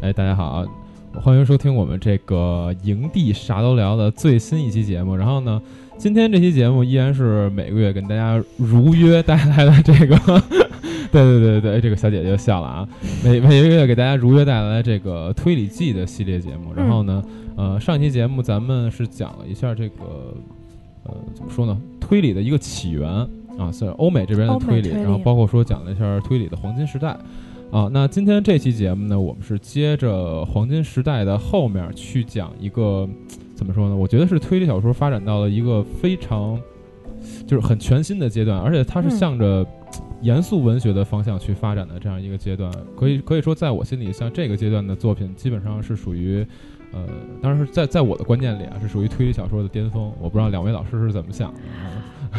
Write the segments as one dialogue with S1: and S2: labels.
S1: 哎大家好啊，欢迎收听我们这个营地啥都聊的最新一期节目。然后呢，今天这期节目依然是每个月跟大家如约带来的这个。 对对对对，哎这个小姐姐就笑了啊！每每个月给大家如约带来这个推理记的系列节目，然后呢，呃，上一期节目咱们是讲了一下这个，呃，怎么说呢，推理的一个起源啊，是欧美这边的
S2: 欧美
S1: 推理，
S2: 推理
S1: 然后包括说讲了一下推理的黄金时代啊。那今天这期节目呢，我们是接着黄金时代的后面去讲一个，怎么说呢？我觉得是推理小说发展到了一个非常，就是很全新的阶段，而且它是
S2: 嗯
S1: 向着。严肃文学的方向去发展的这样一个阶段，可以可以说，在我心里，像这个阶段的作品，基本上是属于，呃，当然是在在我的观念里啊，是属于推理小说的巅峰。我不知道两位老师是怎么想的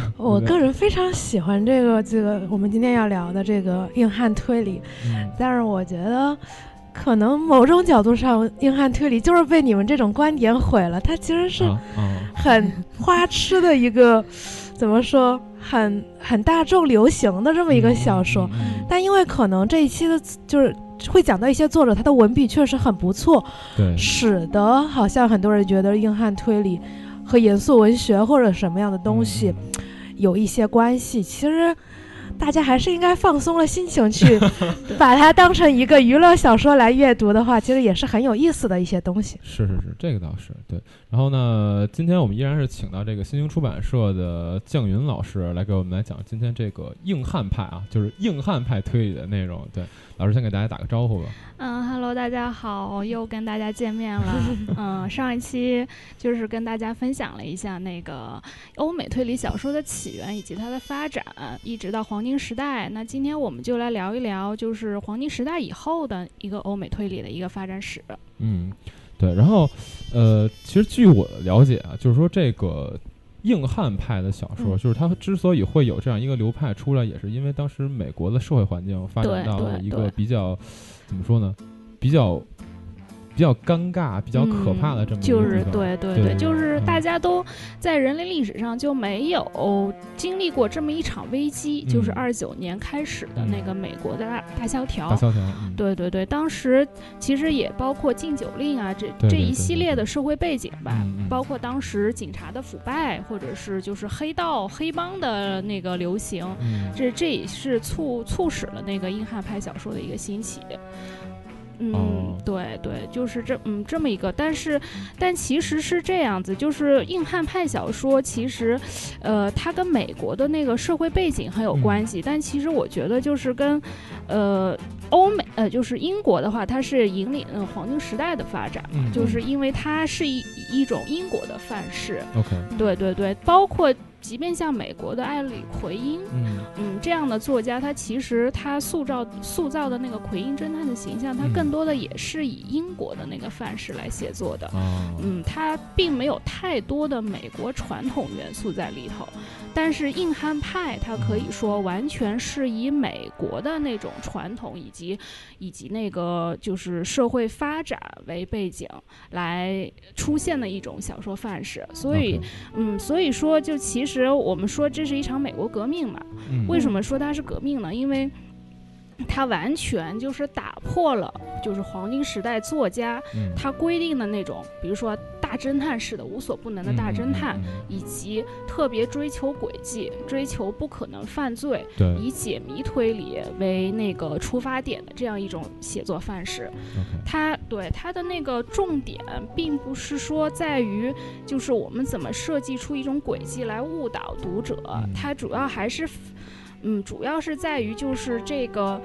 S1: 啊。
S2: 我个人非常喜欢这个这个我们今天要聊的这个硬汉推理，
S1: 嗯
S2: 但是我觉得。可能某种角度上，硬汉推理就是被你们这种观点毁了。它其实是
S1: 啊啊，
S2: 很花痴的一个，怎么说，很很大众流行的这
S1: 这
S2: 么一个小
S1: 嗯
S2: 说。但因为可能这一期的，就是会讲到一些作者他的文笔确实很不错，
S1: 对，
S2: 使得好像很多人觉得硬汉推理和严肃文学或者什么样的东
S1: 嗯
S2: 西有一些关系。其实大家还是应该放松了心情去把它当成一个娱乐小说来阅读的话，其实也是很有意思的一些东西。
S1: 是是是，这个倒是对。然后呢，今天我们依然是请到这个新兴出版社的降云老师来给我们来讲今天这个硬汉派啊，就是硬汉派推理的内容。对，老师先给大家打个招呼吧。
S3: 嗯，Hello，大家好，又跟大家见面 了。嗯，上一期就是跟大家分享了一下那个欧美推理小说的起源以及它的发展，一直到黄金时代。那今天我们就来聊一聊，就是黄金时代以后的一个欧美推理的一个发展史。
S1: 嗯，对。然后，呃，其实据我的了解啊，就是说这个硬汉派的小说，
S2: 嗯
S1: 就是它之所以会有这样一个流派出来，也是因为当时美国的社会环境发展
S3: 对
S1: 到了
S3: 对
S1: 一
S3: 对
S1: 个比较怎么说呢，比较比较尴尬、比较可怕的这么一个
S3: 就
S1: 地
S3: 是
S1: 方。
S3: 对对
S1: 对对
S3: 就是
S1: 嗯
S3: 大家都在人类历史上就没有经历过这么一场危机，就是
S1: 嗯
S3: 二九年开始的那个美国的大大萧条。
S1: 大萧条。嗯、
S3: 对对对，当时其实也包括禁酒令啊，这
S1: 对对
S3: 这一
S1: 对
S3: 系
S1: 对
S3: 列的社会背景吧，
S1: 嗯嗯
S3: 包括当时警察的腐败，或者是就是黑道黑帮的那个流行，
S1: 嗯，
S3: 这这也是促促使了那个硬汉派小说的一个兴起。嗯，
S1: 哦
S3: 对对，就是这嗯这么一个，但是但其实是这样子，就是硬汉派小说其实，呃，它跟美国的那个社会背景很有
S1: 嗯
S3: 关系，但其实我觉得就是跟，呃，欧美呃就是英国的话，它是引领、呃、黄金时代的发展嘛，
S1: 嗯
S3: 就是因为它是一一种英国的范式，
S1: 嗯 OK。
S3: 对对对，包括即便像美国的艾里奎因，
S1: 嗯
S3: 嗯，这样的作家，他其实他塑造塑造的那个奎因侦探的形象，他
S1: 嗯
S3: 更多的也是以英国的那个范式来写作的。
S1: 啊，
S3: 嗯，他并没有太多的美国传统元素在里头，但是硬汉派他可以说完全是以美国的那种传统以及以及那个就是社会发展为背景来出现的一种小说范式。所以
S1: OK，
S3: 嗯，所以说就其实我们说这是一场美国革命嘛，
S1: 嗯
S3: 为什么说它是革命呢？因为它完全就是打破了就是黄金时代作家
S1: 嗯
S3: 他规定的那种，比如说大侦探式的无所不能的大侦探，
S1: 嗯嗯嗯嗯
S3: 以及特别追求轨迹、追求不可能犯罪、
S1: 对
S3: 以解谜推理为那个出发点的这样一种写作范式。
S1: ，OK，
S3: 它对它的那个重点，并不是说在于就是我们怎么设计出一种轨迹来误导读者，
S1: 嗯
S3: 它主要还是，嗯，主要是在于就是这个。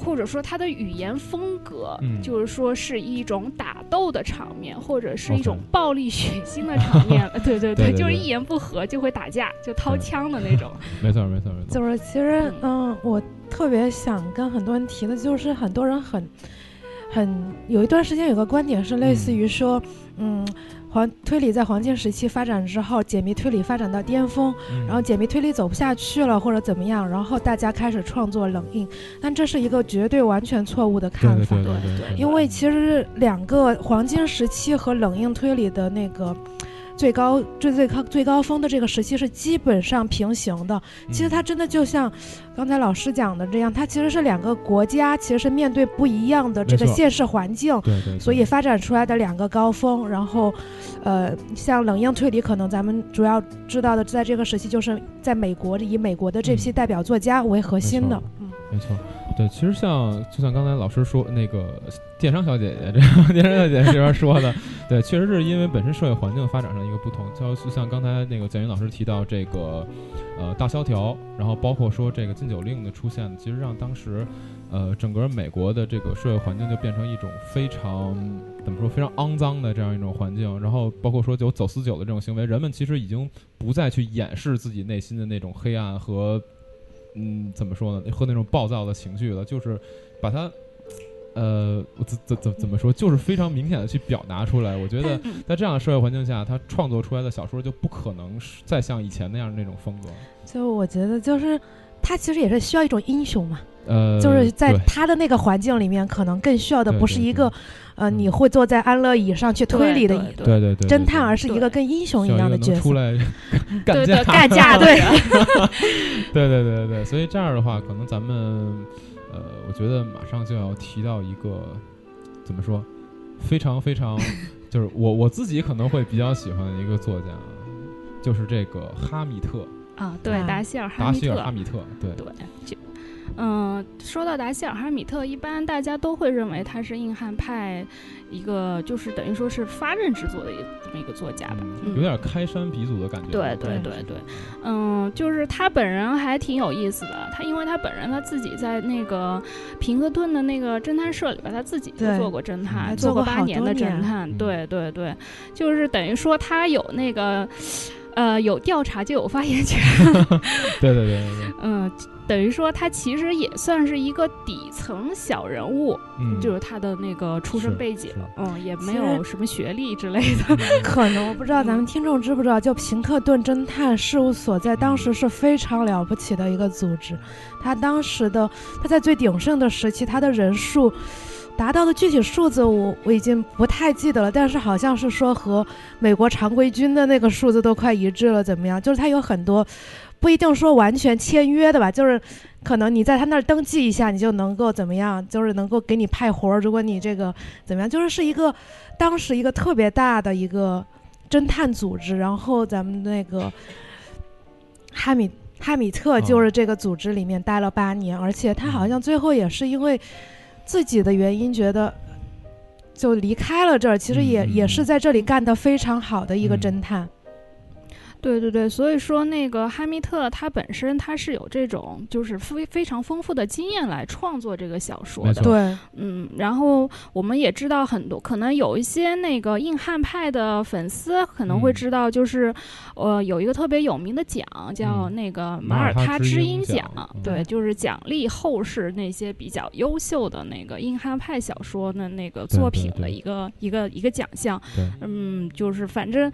S3: 或者说它的语言风格，
S1: 嗯
S3: 就是说是一种打斗的场面，或者是
S1: OK
S3: 一种暴力血腥的场面。 对
S1: 对
S3: 对
S1: 对
S3: 就是
S1: 对
S3: 一言不合就会打架，就掏
S1: 对
S3: 枪的那种。
S1: 没错没错没错，
S2: 就是其实，嗯，我特别想跟很多人提的，就是很多人很很有一段时间有个观点是类似于说，嗯。黄推理在黄金时期发展之后，解谜推理发展到巅峰，
S1: 嗯
S2: 然后解谜推理走不下去了或者怎么样，然后大家开始创作冷硬，但这是一个绝对完全错误的
S1: 对
S2: 看
S1: 对
S2: 法，
S1: 对嗯
S3: 对
S1: 对对，
S2: 因为其实两个黄金时期和冷硬推理的那个最高最最高最高峰的这个时期是基本上平行的。
S1: 嗯
S2: 其实它真的就像刚才老师讲的这样，它其实是两个国家，其实是面对不一样的这个
S1: 没错
S2: 现实环境，
S1: 对对，对
S2: 所以发展出来的两个高峰。然后，呃，像冷硬推理，可能咱们主要知道的，在这个时期就是在美国以美国的这批代表作家为核心的
S1: 嗯没错。没
S2: 嗯，
S1: 错，对，其实像就像刚才老师说那个电商小姐姐 这样，电商小姐姐这边说的，对，确实是因为本身社会环境发展上一个不同，就就像刚才那个蒋云老师提到这个，呃，大萧条，然后包括说这个禁酒令的出现，其实让当时，呃，整个美国的这个社会环境就变成一种非常怎么说非常肮脏的这样一种环境，然后包括说有走私酒的这种行为，人们其实已经不再去掩饰自己内心的那种黑暗和嗯，怎么说呢？和那种暴躁的情绪了，就是把它，呃，我怎怎怎怎么说？就是非常明显的去表达出来。我觉得
S3: 嗯
S1: 在这样的社会环境下，他创作出来的小说就不可能是再像以前那样的那种风格。
S2: 就我觉得就是。他其实也是需要一种英雄嘛，
S1: 呃，
S2: 就是在
S1: 对
S2: 他的那个环境里面，可能更需要的
S1: 对
S2: 不是
S1: 对
S2: 一
S1: 对
S2: 个，呃，
S1: 嗯
S2: 你会坐在安乐椅上去推理的一
S3: 对
S1: 对对对
S2: 侦探，而是一个
S3: 对
S2: 跟英雄
S1: 对
S2: 一样的
S1: 像一个
S2: 角
S1: 能
S2: 色
S1: 出。来干
S3: 对
S1: 架
S3: 对干架
S2: 对
S3: 的人，
S1: 对对对对对，所以这样的话，可能咱们呃，我觉得马上就要提到一个怎么说，非常非常，就是我我自己可能会比较喜欢的一个作家，就是这个哈米特，
S3: 啊，对
S2: 啊
S3: 达希尔哈
S1: 达
S3: 密
S1: 希尔
S3: 特
S1: 哈，米特，对，
S3: 对，就嗯，说到达希尔·哈米特，一般大家都会认为他是硬汉派一个，就是等于说是发轫之作的一个这么一个作家吧。
S1: 嗯，
S3: 嗯
S1: 有点开山鼻祖的感觉，
S3: 对对对对，嗯，就是他本人还挺有意思的。他因为他本人他自己在那个平克顿的那个侦探社里边，他自己就
S2: 对
S3: 做过侦
S1: 还
S3: 探，
S2: 做
S3: 做
S2: 过
S3: 八
S2: 好
S3: 年
S2: 多
S3: 的
S2: 年
S3: 侦探。
S1: 嗯
S3: 对对对，就是等于说他有那个，呃，有调查就有发言权。
S1: 对对对对 对，
S3: 嗯，等于说他其实也算是一个底层小人物，
S1: 嗯，
S3: 就是他的那个出
S1: 是
S3: 身背景
S1: 是，
S3: 嗯，也
S2: 其
S3: 没
S2: 实
S3: 有什么学历之类的。
S1: 嗯
S2: 可能我不知道咱们听众知不知道，就平克顿侦探事务所在当时是非常了不起的一个组织。他当时的他在最鼎盛的时期，他的人数达到的具体数字我我已经不太记得了，但是好像是说和美国常规军的那个数字都快一致了，怎么样？就是他有很多不一定说完全签约的吧，就是可能你在他那儿登记一下，你就能够怎么样，就是能够给你派活儿。如果你这个怎么样，就是是一个当时一个特别大的一个侦探组织，然后咱们那个哈米。哈米特就是这个组织里面待了八年，而且他好
S1: 嗯
S2: 像最后也是因为自己的原因，觉得就离开了这儿。其实也、
S1: 嗯嗯
S2: 也
S1: 嗯
S2: 是在这里干得非常好的一个
S1: 嗯
S2: 侦探。
S3: 对对对，所以说那个哈密特他本身他是有这种就是非非常丰富的经验来创作这个小说
S1: 没
S3: 的
S1: 错。
S2: 对，
S3: 嗯，然后我们也知道很多，可能有一些那个硬汉派的粉丝可能会
S1: 嗯
S3: 知道，就是、呃有一个特别有名的奖叫
S1: 嗯
S3: 那个
S1: 马
S3: 马
S1: 耳
S3: 耳
S1: 他
S3: 他
S1: 之
S3: 之
S1: 鹰
S3: 鹰
S1: 奖嗯
S3: 对，就是奖励后世那些比较优秀的那个硬汉派小说的那个
S1: 对
S3: 作
S1: 对
S3: 品的
S1: 对
S3: 一个一个一个奖项。
S1: 对
S3: 嗯，就是反正。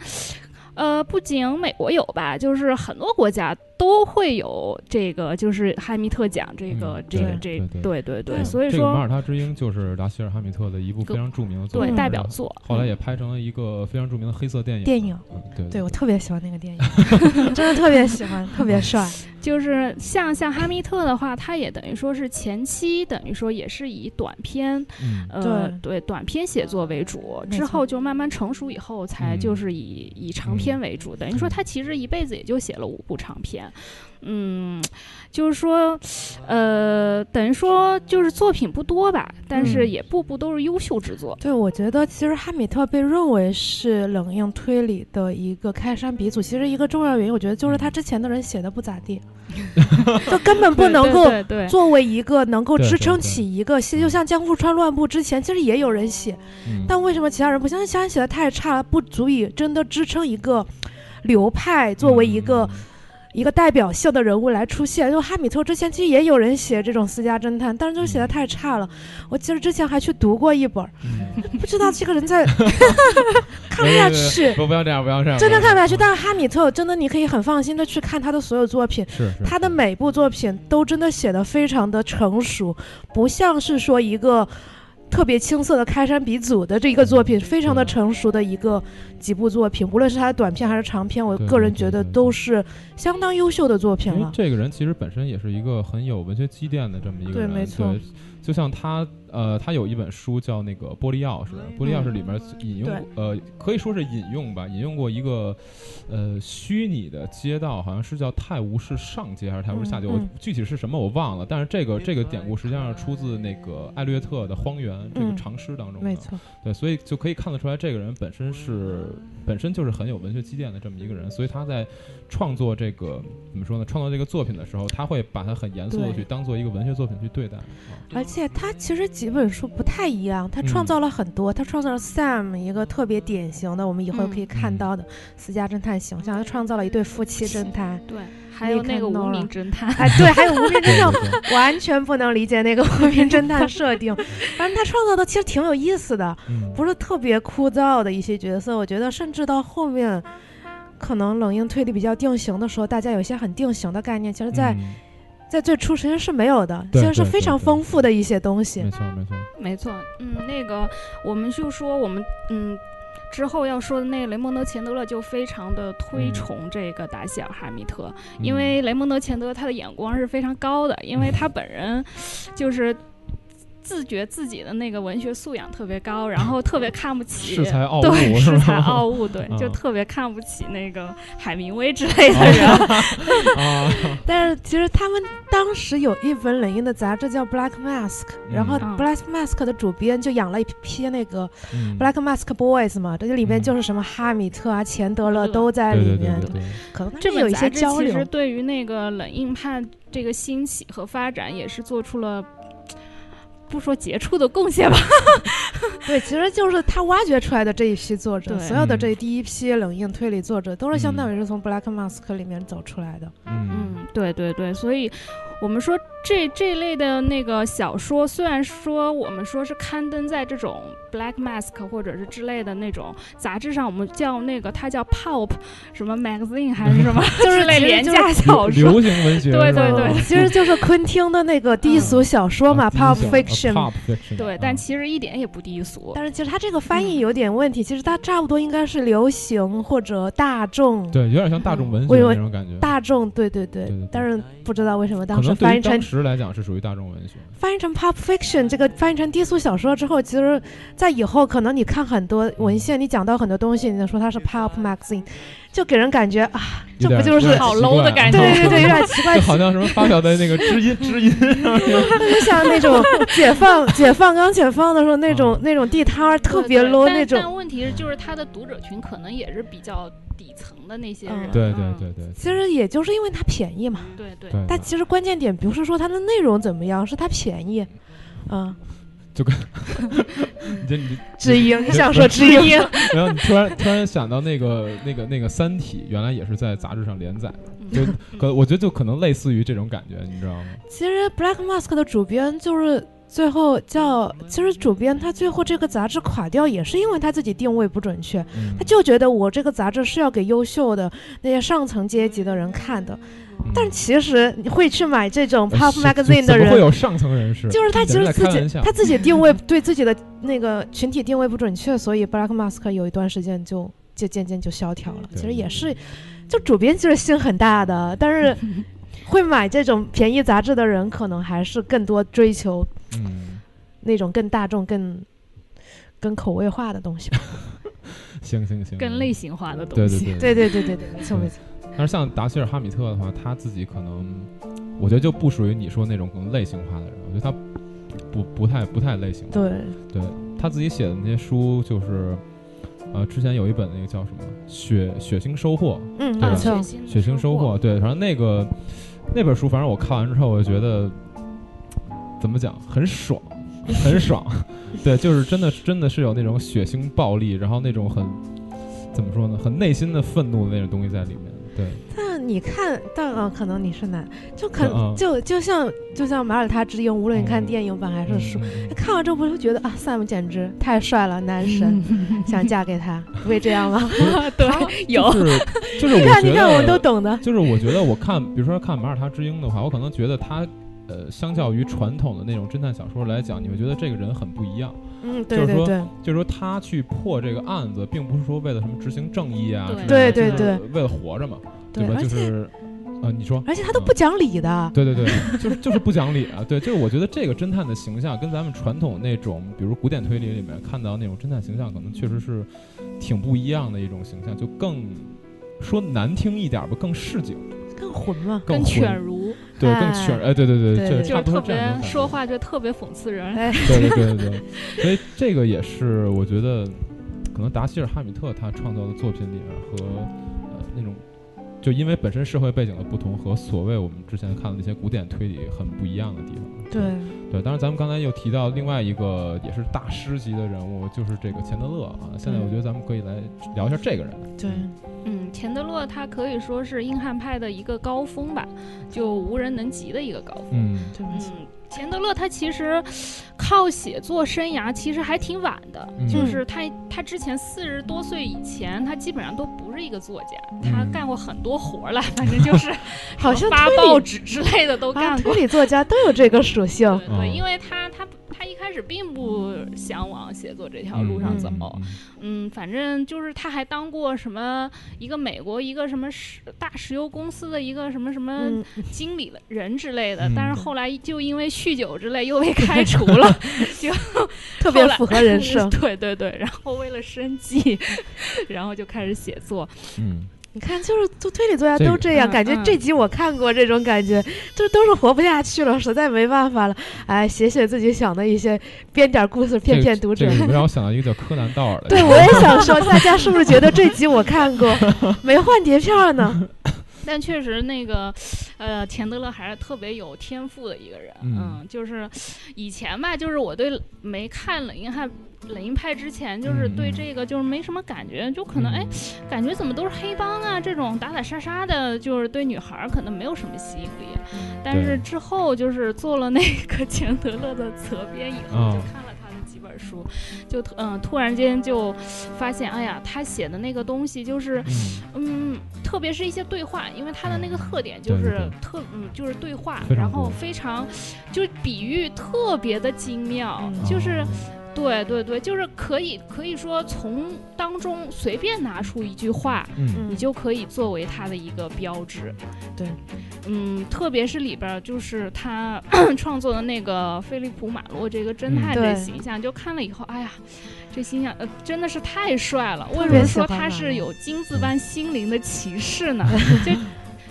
S3: 呃，不仅美国有吧，就是很多国家都会有这个，就是哈密特奖这个、
S1: 嗯
S3: 这个
S1: 对
S3: 这
S1: 对
S3: 对对对，
S1: 嗯
S3: 所以
S1: 这个
S3: 说
S1: 马耳他之鹰就是达希尔哈米特的一部非常著名的作
S3: 对
S1: 品，
S3: 代
S1: 然
S3: 表
S2: 嗯
S1: 后
S3: 作，
S1: 后来也拍成了一个非常著名的黑色电影。
S2: 电影，
S1: 嗯，对
S2: 对
S1: 对
S2: 我特别喜欢那个电影， 真的特别喜欢，特别帅。
S3: 就是像像哈密特的话，他也等于说是前期等于说也是以短篇，
S1: 嗯，
S3: 呃，对短篇写作为主，
S2: 没
S3: 之后
S2: 错
S3: 就慢慢成熟以后，才
S1: 嗯
S3: 就是以、以长篇为主。等于说他其实一辈子也就写了五部长篇，嗯，就是说，呃，等于说就是作品不多吧，但是
S1: 嗯
S3: 也步步都是优秀之作。
S2: 对，我觉得其实哈米特被认为是冷硬推理的一个开山鼻祖。其实一个重要原因，我觉得就是
S1: 嗯
S2: 他之前的人写的不咋 地，就根本不
S3: 对
S2: 能
S3: 对
S2: 够
S3: 对对
S2: 作为一个能够
S1: 对
S2: 支
S1: 对
S2: 撑
S1: 对
S2: 起一个，其实就像江户川乱步之前，其实也有人写，
S1: 嗯
S2: 但为什么其他人不像？其他人写的太差了，不足以真的支撑一个流派作为一
S1: 嗯
S2: 个、一个代表性的人物来出现。就哈米特之前其实也有人写这种私家侦探，但是就写的太差了。我其实之前还去读过一本儿，
S1: 嗯
S2: 不知道这个 人在看不
S1: 没
S2: 下
S1: 没没
S2: 去，
S1: 不不要这样，不要这样，
S2: 真的看不下去。
S1: 但
S2: 但是哈米特真的，你可以很放心的去看他的所有作品，
S1: 是是
S2: 他的每部作品都真的写得非常的成熟，不像是说一个。特别青涩的开山鼻祖的这一个作品，非常的
S1: 对
S2: 成熟的一个几部作品，无论是他的短片还是长片，我
S1: 对
S2: 个
S1: 对
S2: 人
S1: 对
S2: 觉得
S1: 对
S2: 都
S1: 对
S2: 是相当优秀的作品
S1: 因为
S2: 了。
S1: 这个人其实本身也是一个很有文学积淀的这么一个
S2: 对
S1: 人，
S2: 没错
S1: 就像他，呃，他有一本书叫那个《玻璃钥匙》，《玻璃钥匙》里面引用
S2: 嗯对，
S1: 呃，可以说是引用吧，引用过一个，呃，虚拟的街道，好像是叫泰晤士上街还是泰晤士下街，
S2: 嗯嗯
S1: 我具体是什么我忘了。但是这个这个典故实际上是出自那个艾略特的《荒原》这个
S2: 嗯
S1: 长诗当中的，
S2: 没错，
S1: 对，所以就可以看得出来，这个人本身是本身就是很有文学积淀的这么一个人，所以他在创作这个怎么说呢？创作这个作品的时候，他会把它很严肃的
S2: 对
S1: 去当做一个文学作品去对待。啊
S2: 而且他其实几本书不太一样，他创
S1: 嗯
S2: 造了很多，他创造了 Sam 一个特别典型的，我们以后可以
S3: 嗯
S2: 看
S1: 嗯
S2: 到的私家侦探形象，他创造了一对夫妻侦探。
S3: 对，还有那个无名侦探，
S2: 哎，对，还有无名
S1: 啊对
S2: 侦探，
S1: 对对
S2: 完全不能理解那个 无名侦探设定。反正他创造的其实挺有意思的，
S1: 嗯，
S2: 不是特别枯燥的一些角色。我觉得，甚至到后面，可能冷硬推理比较定型的时候，大家有一些很定型的概念，其实在、
S1: 嗯
S2: 在最初其实是没有的，其
S1: 对
S2: 实是
S1: 对
S2: 非
S1: 对
S2: 常
S1: 对
S2: 丰富的一些东西
S1: 没。错没错，
S3: 没错，嗯，那个我们就说我们嗯。之后要说的那个雷蒙德·钱德勒就非常的推
S1: 嗯
S3: 崇这个达西尔·哈密特，
S1: 嗯
S3: 因为雷蒙德·钱德勒他的眼光是非常高的，因为他 本人就是自觉自己的那个文学素养特别高，然 后特别看不起
S1: 恃才傲物
S3: 对，
S1: 是
S3: 恃才
S1: 吧
S3: 傲物， 对，就
S1: 嗯
S3: 特别看不起那个海明威之类的人。
S1: 啊，
S2: 但是其实他们当时有一本冷硬的杂志叫《Black Mask》，然后
S3: 嗯
S2: 《Black Mask》的主编就养了一批那个
S1: 嗯
S2: Black Mask Boys 嘛，这里面
S1: 嗯
S2: 就是什么哈米特啊、钱德勒
S3: 嗯
S2: 都在
S1: 对
S2: 里
S1: 对对
S2: 面，
S1: 对对，
S2: 可能他
S3: 这
S2: 们有
S3: 本
S2: 一
S3: 杂
S2: 些
S3: 志
S2: 交
S3: 其
S2: 流
S3: 实。对于那个冷硬派这个兴起和发展也是做出了。不说杰出的贡献吧，
S2: 对，其实就是他挖掘出来的这一批作者，
S3: 对
S2: 所有的
S1: 嗯
S2: 这第一批冷硬推理作者，都是相当
S1: 嗯
S2: 于是从 Black Mask 里面走出来的。
S1: 嗯，
S3: 嗯，对对对，所以我们说这这类的那个小说，虽然说我们说是刊登在这种 Black Mask 或者是之类的那种杂志上，我们叫那个它叫 Pulp 什么 Magazine 还 是什么， 就是类
S2: 其实
S3: 廉
S2: 就是
S3: 价小
S1: 流
S3: 说，
S1: 流行文学，
S3: 对对
S1: 是吧
S3: 对
S2: 其实就是昆汀的那个低俗小说嘛、
S1: 啊
S2: p u
S1: 第
S2: b
S1: 一
S2: Fiction
S1: 小。啊 Pulp Fiction，
S3: 对，
S1: 啊
S3: 但其实一点也不低俗，
S2: 嗯但是其实他这个翻译有点问题，其实他差不多应该是流行或者大众，
S1: 嗯对有点像大众文学
S2: 我以为
S1: 那种感觉，
S2: 大众对对对
S1: 对对对
S2: 但是不知道为什么
S1: 可
S2: 当时
S1: 能
S2: 翻
S1: 对于
S2: 译成
S1: 当时来讲是属于大众文学，
S2: 翻译成 pop fiction 这个翻译成低俗小说之后，其实，在以后可能你看很多
S1: 嗯
S2: 文献，你讲到很多东西，你能说它是 pop magazine，就给人感觉啊，这
S1: 有点
S2: 不就是
S1: 有点
S3: 好
S1: 奇
S3: low 的
S1: 怪
S3: 感觉
S2: 对对对，有 点奇怪
S1: 就。好像什么发表在那个知音知音上面，
S2: 就像 那种解放解放刚解放的时候那种
S1: 嗯
S2: 那种地摊儿
S3: 对
S2: 特别
S3: 对
S2: low
S3: 但
S2: 那种。
S3: 但问题是，就是他的读者群可能也是比较底层的那些
S2: 嗯
S3: 人，
S1: 对对
S3: 嗯
S1: 对对，
S2: 其实也就是因为它便宜嘛，
S3: 对对
S1: 对，
S2: 但其实关键点不是说它的内容怎么样，是它便宜。嗯，
S1: 你这你
S2: 知音， 你想说知音？
S1: 这，然后你突然突然想到那个那个那个《三体》，原来也是在杂志上连载，
S3: 嗯
S1: 就可我觉得就可能类似于这种感觉，你知道吗？
S2: 其实 Black Mask 的主编就是最后叫，其实主编他最后这个杂志垮掉也是因为他自己定位不准确，
S1: 嗯
S2: 他就觉得我这个杂志是要给优秀的那些上层阶级的人看的，但是其实你会去买这种 Pop
S1: 嗯呃是
S2: Magazine 的
S1: 怎么会
S2: 人。
S1: 有上层人士，
S2: 就是他其
S1: 简直
S2: 实
S1: 在
S2: 自
S1: 开玩
S2: 己
S1: 笑
S2: 他自己定位对自己的那个群体定位不准确，所以 Black Mask 有一段时间就就渐渐就萧条了。
S1: 对
S2: 其实也是，就主编其实心很大的，但是会买这种便宜杂志的人，可能还是更多追求
S1: 嗯。
S2: 那种更大众、更更口味化的东西吧。
S1: 行行行，
S3: 更类型化的东
S1: 对对
S3: 西。
S1: 对嗯
S2: 对对对对对，没错没错。
S1: 但是像达希尔·哈米特的话，他自己可能，我觉得就不属于你说那种可能类型化的人，我觉得他不不太不太类型化。
S2: 对，
S1: 对他自己写的那些书，就是，呃，之前有一本那个叫什么《血血腥收获
S2: 嗯，
S1: 对
S2: 没
S1: 吧
S3: 啊，
S2: 错。
S1: 血腥收获》，对，反正那个那本书，反正我看完之后，我就觉得怎么讲，很爽，很爽， 对，就是真的真的是有那种血腥暴力，然后那种很怎么说呢，很内心的愤怒的那种东西在里面，对，
S2: 但你看，但啊、可能你是男，就可、
S1: 嗯嗯
S2: 就就像就像马耳他之鹰，无论你
S1: 嗯
S2: 看电影版还是
S1: 嗯
S2: 书，
S1: 嗯嗯
S2: 看完之后不是觉得啊，Sam 简直太帅了，男神， 想嫁给他，不会这样吗？
S3: 对，有
S1: 就是就是我
S2: 你
S1: 觉得
S2: 看，你看，我们都懂的。
S1: 就是我觉得我看，比如说看《马耳他之鹰》的话，我可能觉得他呃，相较于传统的那种侦探小说来讲，你会觉得这个人很不一样。
S2: 嗯，
S1: 就
S2: 对
S1: 是
S2: 对
S1: 说
S2: 对，
S1: 就是说，他去破这个案子，并不是说为了什么执行正义啊之类的，
S2: 对
S1: 就是
S2: 对对
S1: 为了活着嘛，
S2: 对
S1: 吧？
S2: 而
S1: 就
S2: 且
S1: 是，呃，你说，
S2: 而且他都不讲理的，
S1: 对对对，就是就是不讲理啊！对，就是我觉得这个侦探的形象跟咱们传统那种，比如古典推理里面看到那种侦探形象，可能确实是挺不一样的一种形象，就更说难听一点吧，更市井，
S2: 更混嘛。
S1: 更
S3: 跟
S1: 混
S3: 犬 儒
S1: 对，更犬，哎，对对对
S2: 对
S1: 这
S2: 对
S3: 就
S1: 差
S3: 是
S1: 不多
S3: 特
S1: 这样一种
S3: 别
S1: 感觉
S3: 说话就特别讽刺人，
S2: 哎，
S1: 对对对对对，所以这个也是我觉得，可能达希尔·哈米特他创造的作品里面和呃那种，就因为本身社会背景的不同和所谓我们之前看的那些古典推理很不一样的地方。
S2: 对，
S1: 对，当然咱们刚才又提到另外一个也是大师级的人物，就是这个钱德勒啊。现在我觉得咱们可以来聊一下这个人。
S2: 对，
S3: 嗯，钱德勒他可以说是硬汉派的一个高峰吧，就无人能及的一个高峰。
S1: 嗯，
S2: 对，没错，
S3: 嗯，钱德勒他其实靠写作生涯其实还挺晚的，
S1: 嗯
S3: 就是他他之前四十多岁以前，他基本上都不是一个作家，他
S1: 嗯
S3: 干过很多活儿了，反正就 是
S2: 嗯好像
S3: 发
S2: 推
S3: 报
S2: 理
S3: 纸之类的都
S2: 啊，
S3: 干过
S2: 推。理作家都有这个属性。
S3: 对对，
S1: 嗯
S3: 因为他他他一开始并不想往写作这条路上走，
S1: 嗯
S3: 嗯，反正就是他还当过什么一个美国一个什么石大石油公司的一个什么什么
S2: 嗯，
S3: 经理的人之类的，
S1: 嗯
S3: 但是后来就因为酗酒之类又被开除了，就
S2: 特别
S3: 后来
S2: 符合 人设。
S3: 对对对，然后为了生计， 然后就开始写作。
S1: 嗯
S2: 你看，就是做推理作家
S1: 这
S2: 都
S1: 个
S2: 这样，
S3: 嗯
S2: 感觉
S3: 嗯
S2: 这集我看过这种感觉，就是都是活不下去了，实在没办法了，哎，写写自己想的一些，编点故事骗骗读者
S1: 这个。这个让我想到一个叫柯南道尔的，嗯
S2: 对，我也想说，大家是不是觉得这集我看过，没换碟片儿呢？
S3: 但确实那个，呃，钱德勒还是特别有天赋的一个人。
S1: 嗯
S3: 嗯，就是以前吧，就是我对没看冷硬汉。冷硬派之前就是
S1: 嗯
S3: 对
S1: 嗯
S3: 这个就是没什么感觉，就可能哎，感觉怎么都是黑帮啊这种打打杀杀的，就是对女孩儿可能没有什么吸引力。但是
S1: 嗯对
S3: 之后就是做了那个 钱德勒的责编以后，就
S1: 嗯
S3: 看了他的几本书，就突嗯突然间就发现，哎呀，他写的那个东西就是
S1: 嗯
S3: 嗯，特别是一些对话，因为他的那个特点就
S1: 对对
S3: 是
S1: 对
S3: 特嗯就是对话
S1: 非，常
S3: 然后
S1: 多
S3: 非常就是比喻特别的精妙，
S2: 嗯
S3: 就是
S1: 哦
S3: 对对对，就是可以可以说从当中随便拿出一句话，
S1: 嗯
S3: 你就可以作为它的一个标志。
S2: 对，
S3: 嗯，特别是里边儿就是他 创作的那个菲利普·马洛这个侦探
S2: 嗯
S3: 这
S2: 对
S3: 形象，就看了以后，哎呀，这形象呃真的是太帅了。为
S2: 特
S3: 什
S1: 别
S3: 么
S2: 喜欢嗯
S3: 说他
S2: 马洛
S3: 是有金字般心灵的骑士 呢？就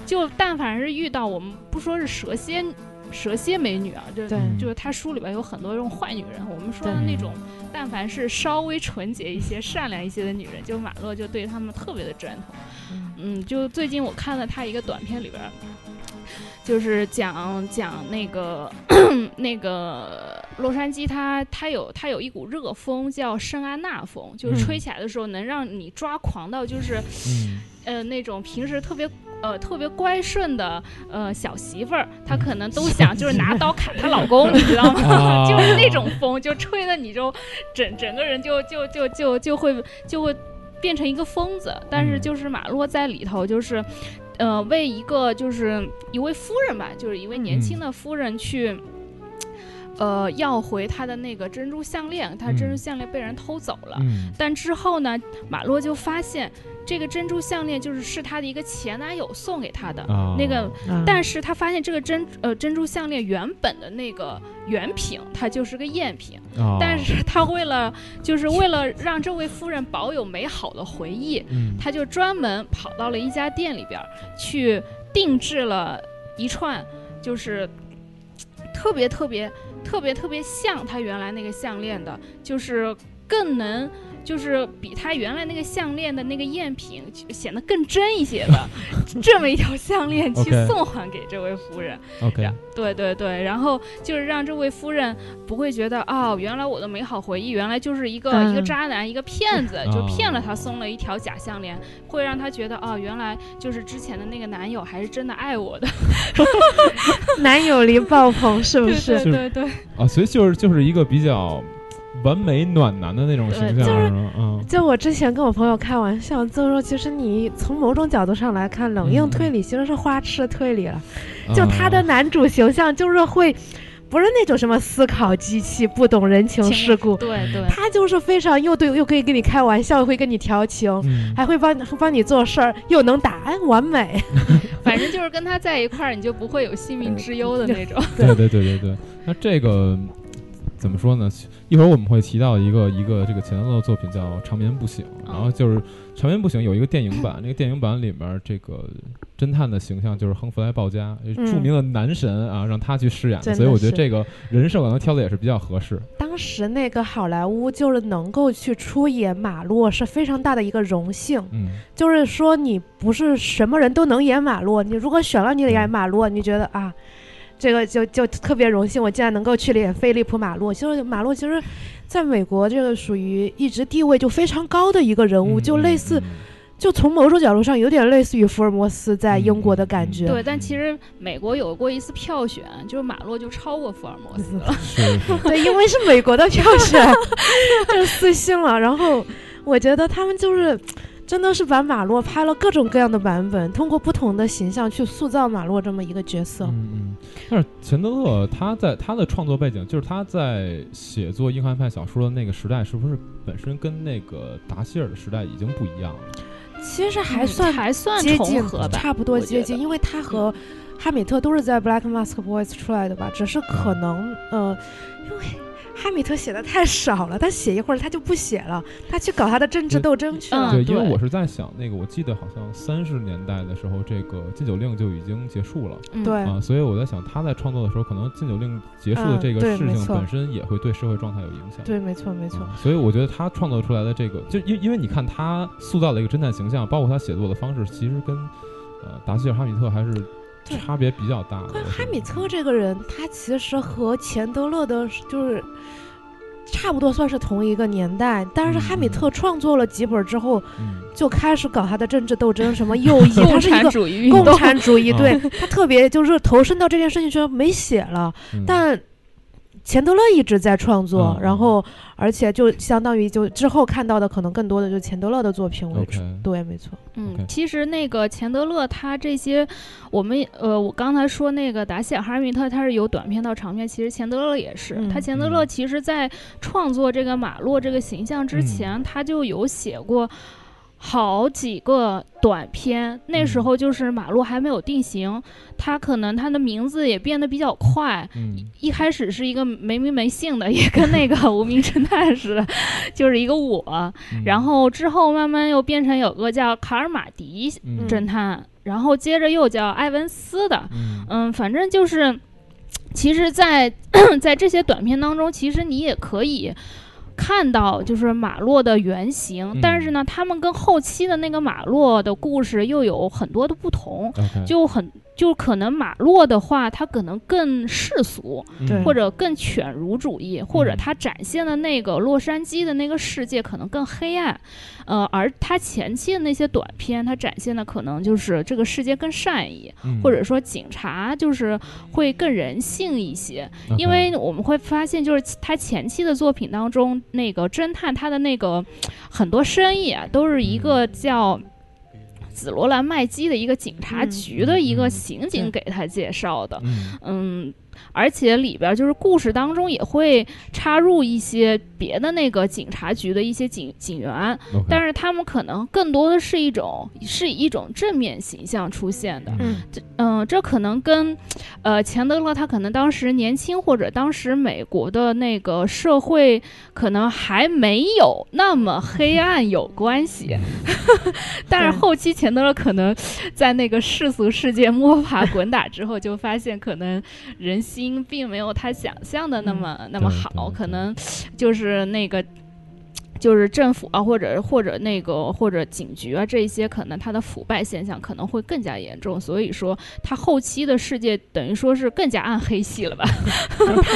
S3: 就但凡是遇到我们不说是蛇蝎蛇蝎美女啊，就
S2: 对
S1: 嗯
S3: 就是他书里边有很多这种坏女人，我们说的
S1: 对
S3: 那种，但凡是稍微纯洁一些、善良一些的女人，就马洛就对她们特别的专横。嗯，就最近我看了他一个短片里边儿，就是讲讲那个 那个洛杉矶它，它有它有一股热风叫圣安娜风，就是吹
S1: 嗯
S3: 起来的时候能让你抓狂到就是。
S1: 嗯
S3: 呃那种平时特别呃特别乖顺的呃小媳妇儿，她可能都想就是拿刀砍她老公，你知道
S1: 啊
S3: 吗？ 就是那种风，就吹的你就整整个人就就就就就会就会变成一个疯子。但是
S1: 嗯
S3: 就是马洛在里头就是。呃，为一个就是一位夫人吧，就是一位年
S1: 嗯
S3: 轻的夫人去，呃，要回她的那个珍珠项链，她的珍珠
S1: 嗯
S3: 项链被人偷走了。
S1: 嗯
S3: 但之后呢，马洛就发现这个珍珠项链就是是她的一个前男友送给她的。
S1: 啊
S3: 嗯那个
S2: 啊
S3: 但是她发现这个珍呃珍珠项链原本的那个原品，它就是个赝品。
S1: 啊
S3: 但是她为了就是为了让这位夫人保有美好的回忆，
S1: 嗯
S3: 她就专门跑到了一家店里边儿去定制了一串，就是呃特别特别特别特别像她原来那个项链的，就是更能。就是比她原来那个项链的那个赝品显得更真一些的这么一条项链去
S1: OK
S3: 送还给这位夫人，
S1: OK
S3: 然对对对，然后就是让这位夫人不会觉得哦，原来我的美好回忆原来就是一个、一个
S2: 嗯
S3: 渣男，一个骗子，就
S1: 啊
S3: 骗了她送了一条假项链，会让她觉得哦，原来就是之前的那个男友还是真的爱我的，
S2: 男友力爆棚，是不
S3: 对
S2: 是？
S3: 对对对，
S1: 啊，所以就是就是一个比较完美暖男的那种形象，
S3: 对
S2: 就是
S1: 是吗？嗯，
S2: 就我之前跟我朋友开玩笑，就说其实你从某种角度上来看，冷硬
S1: 嗯
S2: 推理其实是花痴推理了。就他的
S1: 嗯
S2: 男主形象就是会，不是那种什么思考机器，不懂人情
S3: 情
S2: 世故，
S3: 对 对，
S2: 他就是非常又对又可以跟你开玩笑，又会跟你调情。
S1: 嗯
S2: 还会帮帮你做事儿，又能打，哎，完美。
S3: 反正就是跟他在一块儿，你就不会有性命之忧
S2: 嗯
S3: 的那种。
S1: 对对对对对，那这个怎么说呢？一会儿我们会提到一个一个这个钱德勒的作品叫《长眠不醒》，然后就是《长眠不醒》有一个电影版，那个电影版里面这个侦探的形象就是亨弗莱·鲍嘉，呃著名的男神啊，让他去饰演的，
S2: 真的
S1: 所以我觉得
S2: 是
S1: 这个人设可能挑的也是比较合适。
S2: 当时那个好莱坞就是能够去出演马洛是非常大的一个荣幸，
S1: 嗯，
S2: 就是说你不是什么人都能演马洛，你如果选了你
S1: 嗯
S2: 演马洛，你觉得啊，这个就就特别荣幸，我竟然能够去演菲利普马洛。就是马洛其实在美国这个属于一直地位就非常高的一个人物，
S1: 嗯
S2: 就类似，
S1: 嗯
S2: 就从某种角度上有点类似于福尔摩斯在英国的感觉。
S1: 嗯
S3: 对，但其实美国有过一次票选，就是马洛就超过福尔摩斯了。
S1: 嗯是 是
S2: 对，因为是美国的票选，就是私信了。然后我觉得他们就是真的是把马洛拍了各种各样的版本，通过不同的形象去塑造马洛这么一个角色。
S1: 嗯嗯，但是钱德勒他在他的创作背景，就是他在写作硬汉派小说的那个时代，是不是本身跟那个达希尔的时代已经不一样了？
S2: 其实还
S3: 嗯
S2: 算
S3: 还算
S2: 接
S3: 重
S2: 近
S3: 合，吧，
S2: 差不多
S3: 我
S2: 接
S3: 觉
S2: 近，
S3: 得。
S2: 因为他和哈米特都是在 Black Mask Boys 出来的吧，只是可能
S3: 嗯
S2: 呃，因为哈米特写的太少了，他写一会儿他就不写了，他去搞他的政治
S1: 对
S2: 斗争去了。
S3: 嗯
S1: 对，因为
S3: 对
S1: 我是在想那个，我记得好像三十年代的时候，这个禁酒令就已经结束了
S3: 嗯
S2: 对
S1: 啊，所以我在想他在创作的时候，可能禁酒令结束的
S2: 嗯
S1: 这个
S2: 对
S1: 事
S2: 没
S1: 情
S2: 错
S1: 本身也会对社会状态有影响。
S2: 对，没错，没错。
S1: 嗯所以我觉得他创作出来的这个，就因因为你看他塑造了一个侦探形象，包括他写作的方式，其实跟呃达希尔哈米特还是
S2: 对
S1: 差别比较大的。
S2: 关于
S1: 我觉
S2: 哈
S1: 得
S2: 米特这个人，他其实和钱德勒的是，就是差不多算是同一个年代，但是哈米
S3: 嗯
S2: 特创作了几本之后，
S1: 嗯
S2: 就开始搞他的政治斗争， 什么右翼，他
S3: 共
S2: 是一
S3: 产
S2: 个
S3: 主义运
S2: 共
S3: 动，嗯
S2: 产主义， 对他特别就是投身到这件事情上没写了，
S1: 嗯
S2: 但。钱德勒一直在创作，
S1: 嗯
S2: 然后而且就相当于就之后看到的可能更多的就是钱德勒的作品为
S1: OK，
S2: 主。对，没 错。
S1: OK
S3: 嗯，其实那个钱德勒他这些，我们呃，我刚才说那个达西尔哈密特，他是由短片到长片，其实钱德勒也是。
S2: 嗯
S3: 他钱德勒
S1: 嗯
S3: 其实在创作这个马洛这个形象之前，他就有写过。好几个短片，那时
S1: 嗯
S3: 候就是马洛还没有定型，他可能他的名字也变得比较快，
S1: 嗯
S3: 一开始是一个没名没姓的，也跟那个无名侦探似的，就是一个我。
S1: 嗯
S3: 然后之后慢慢又变成有个叫卡尔马迪
S1: 嗯
S3: 侦探，然后接着又叫埃文斯的，
S1: 嗯
S3: 嗯，反正就是，其实在， 在这些短片当中，其实你也可以。看到就是马洛的原型，
S1: 嗯
S3: 但是呢，他们跟后期的那个马洛的故事又有很多的不同，
S1: 呃 OK
S3: 就很就可能马洛的话，他可能更世俗，
S2: 对
S1: 嗯
S3: 或者更犬儒主义，或者
S1: 嗯
S3: 他展现的那个洛杉矶的那个世界可能更黑暗，呃，而他前期的那些短片，他展现的可能就是这个世界更善意，
S1: 嗯
S3: 或者说警察就是会更人性一些，因
S1: OK
S3: 为我们会发现，就是他前期的作品当中，那个侦探他的那个很多生意啊，都是一
S1: 嗯
S3: 个叫。紫罗兰麦基的一个警察
S2: 嗯
S3: 局的一
S1: 嗯
S3: 个
S1: 嗯
S3: 刑警
S2: 对
S3: 给他介绍的，
S1: 嗯
S3: 嗯，而且里边儿就是故事当中也会插入一些别的那个警察局的一些警警员，
S1: OK
S3: 但是他们可能更多的是一种是以一种正面形象出现的。
S2: 嗯
S3: 嗯，这可能跟，呃，钱德勒他可能当时年轻，或者当时美国的那个社会可能还没有那么黑暗有关系。但是
S2: 对
S3: 后期钱德勒可能在那个世俗世界摸爬滚打之后，就发现可能人心并没有他想象的那么、那么
S1: 对
S3: 好，
S1: 对
S3: 可
S1: 对
S3: 能就是那个就是政府啊，或者或者那个或者警局啊，这一些可能它的腐败现象可能会更加严重，所以说它后期的世界等于说是更加暗黑系 了吧？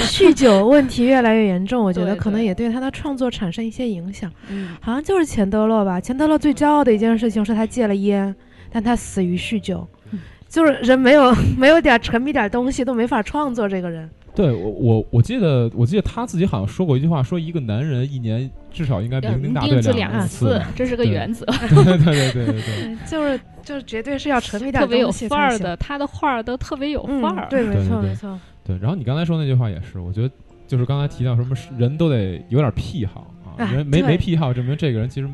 S2: 酗酒问题越来越严重，我觉得
S3: 对
S2: 可能
S3: 对
S2: 也对他的创作产生一些影响。
S3: 嗯，
S2: 好像就是钱德勒吧。钱德勒最骄傲的一件事情是他戒了烟，但他死于酗酒
S3: 嗯。
S2: 就是人没有没有点儿沉迷点儿东西都没法创作，这个人
S1: 对我我我记得我记得他自己好像说过一句话，说一个男人一年至少应该
S3: 要
S1: 酩酊大
S3: 定
S1: 醉
S3: 制
S1: 两
S3: 两次
S1: 次，，
S3: 这是个
S1: 对
S3: 原则，
S1: 对对对对对对，
S2: 嗯 就是就是绝对是要沉迷点
S3: 特别有
S2: 东西
S3: 范儿
S2: 才行
S3: 的，他的画儿都特别有
S2: 嗯
S3: 范儿。
S2: 对，
S1: 对
S2: 没错
S1: 对
S2: 没错，
S1: 对，然后你刚才说那句话也是，我觉得就是刚才提到什么人都得有点癖好啊，
S2: 哎
S1: 人没
S2: 对
S1: 没癖好，证明这个人其实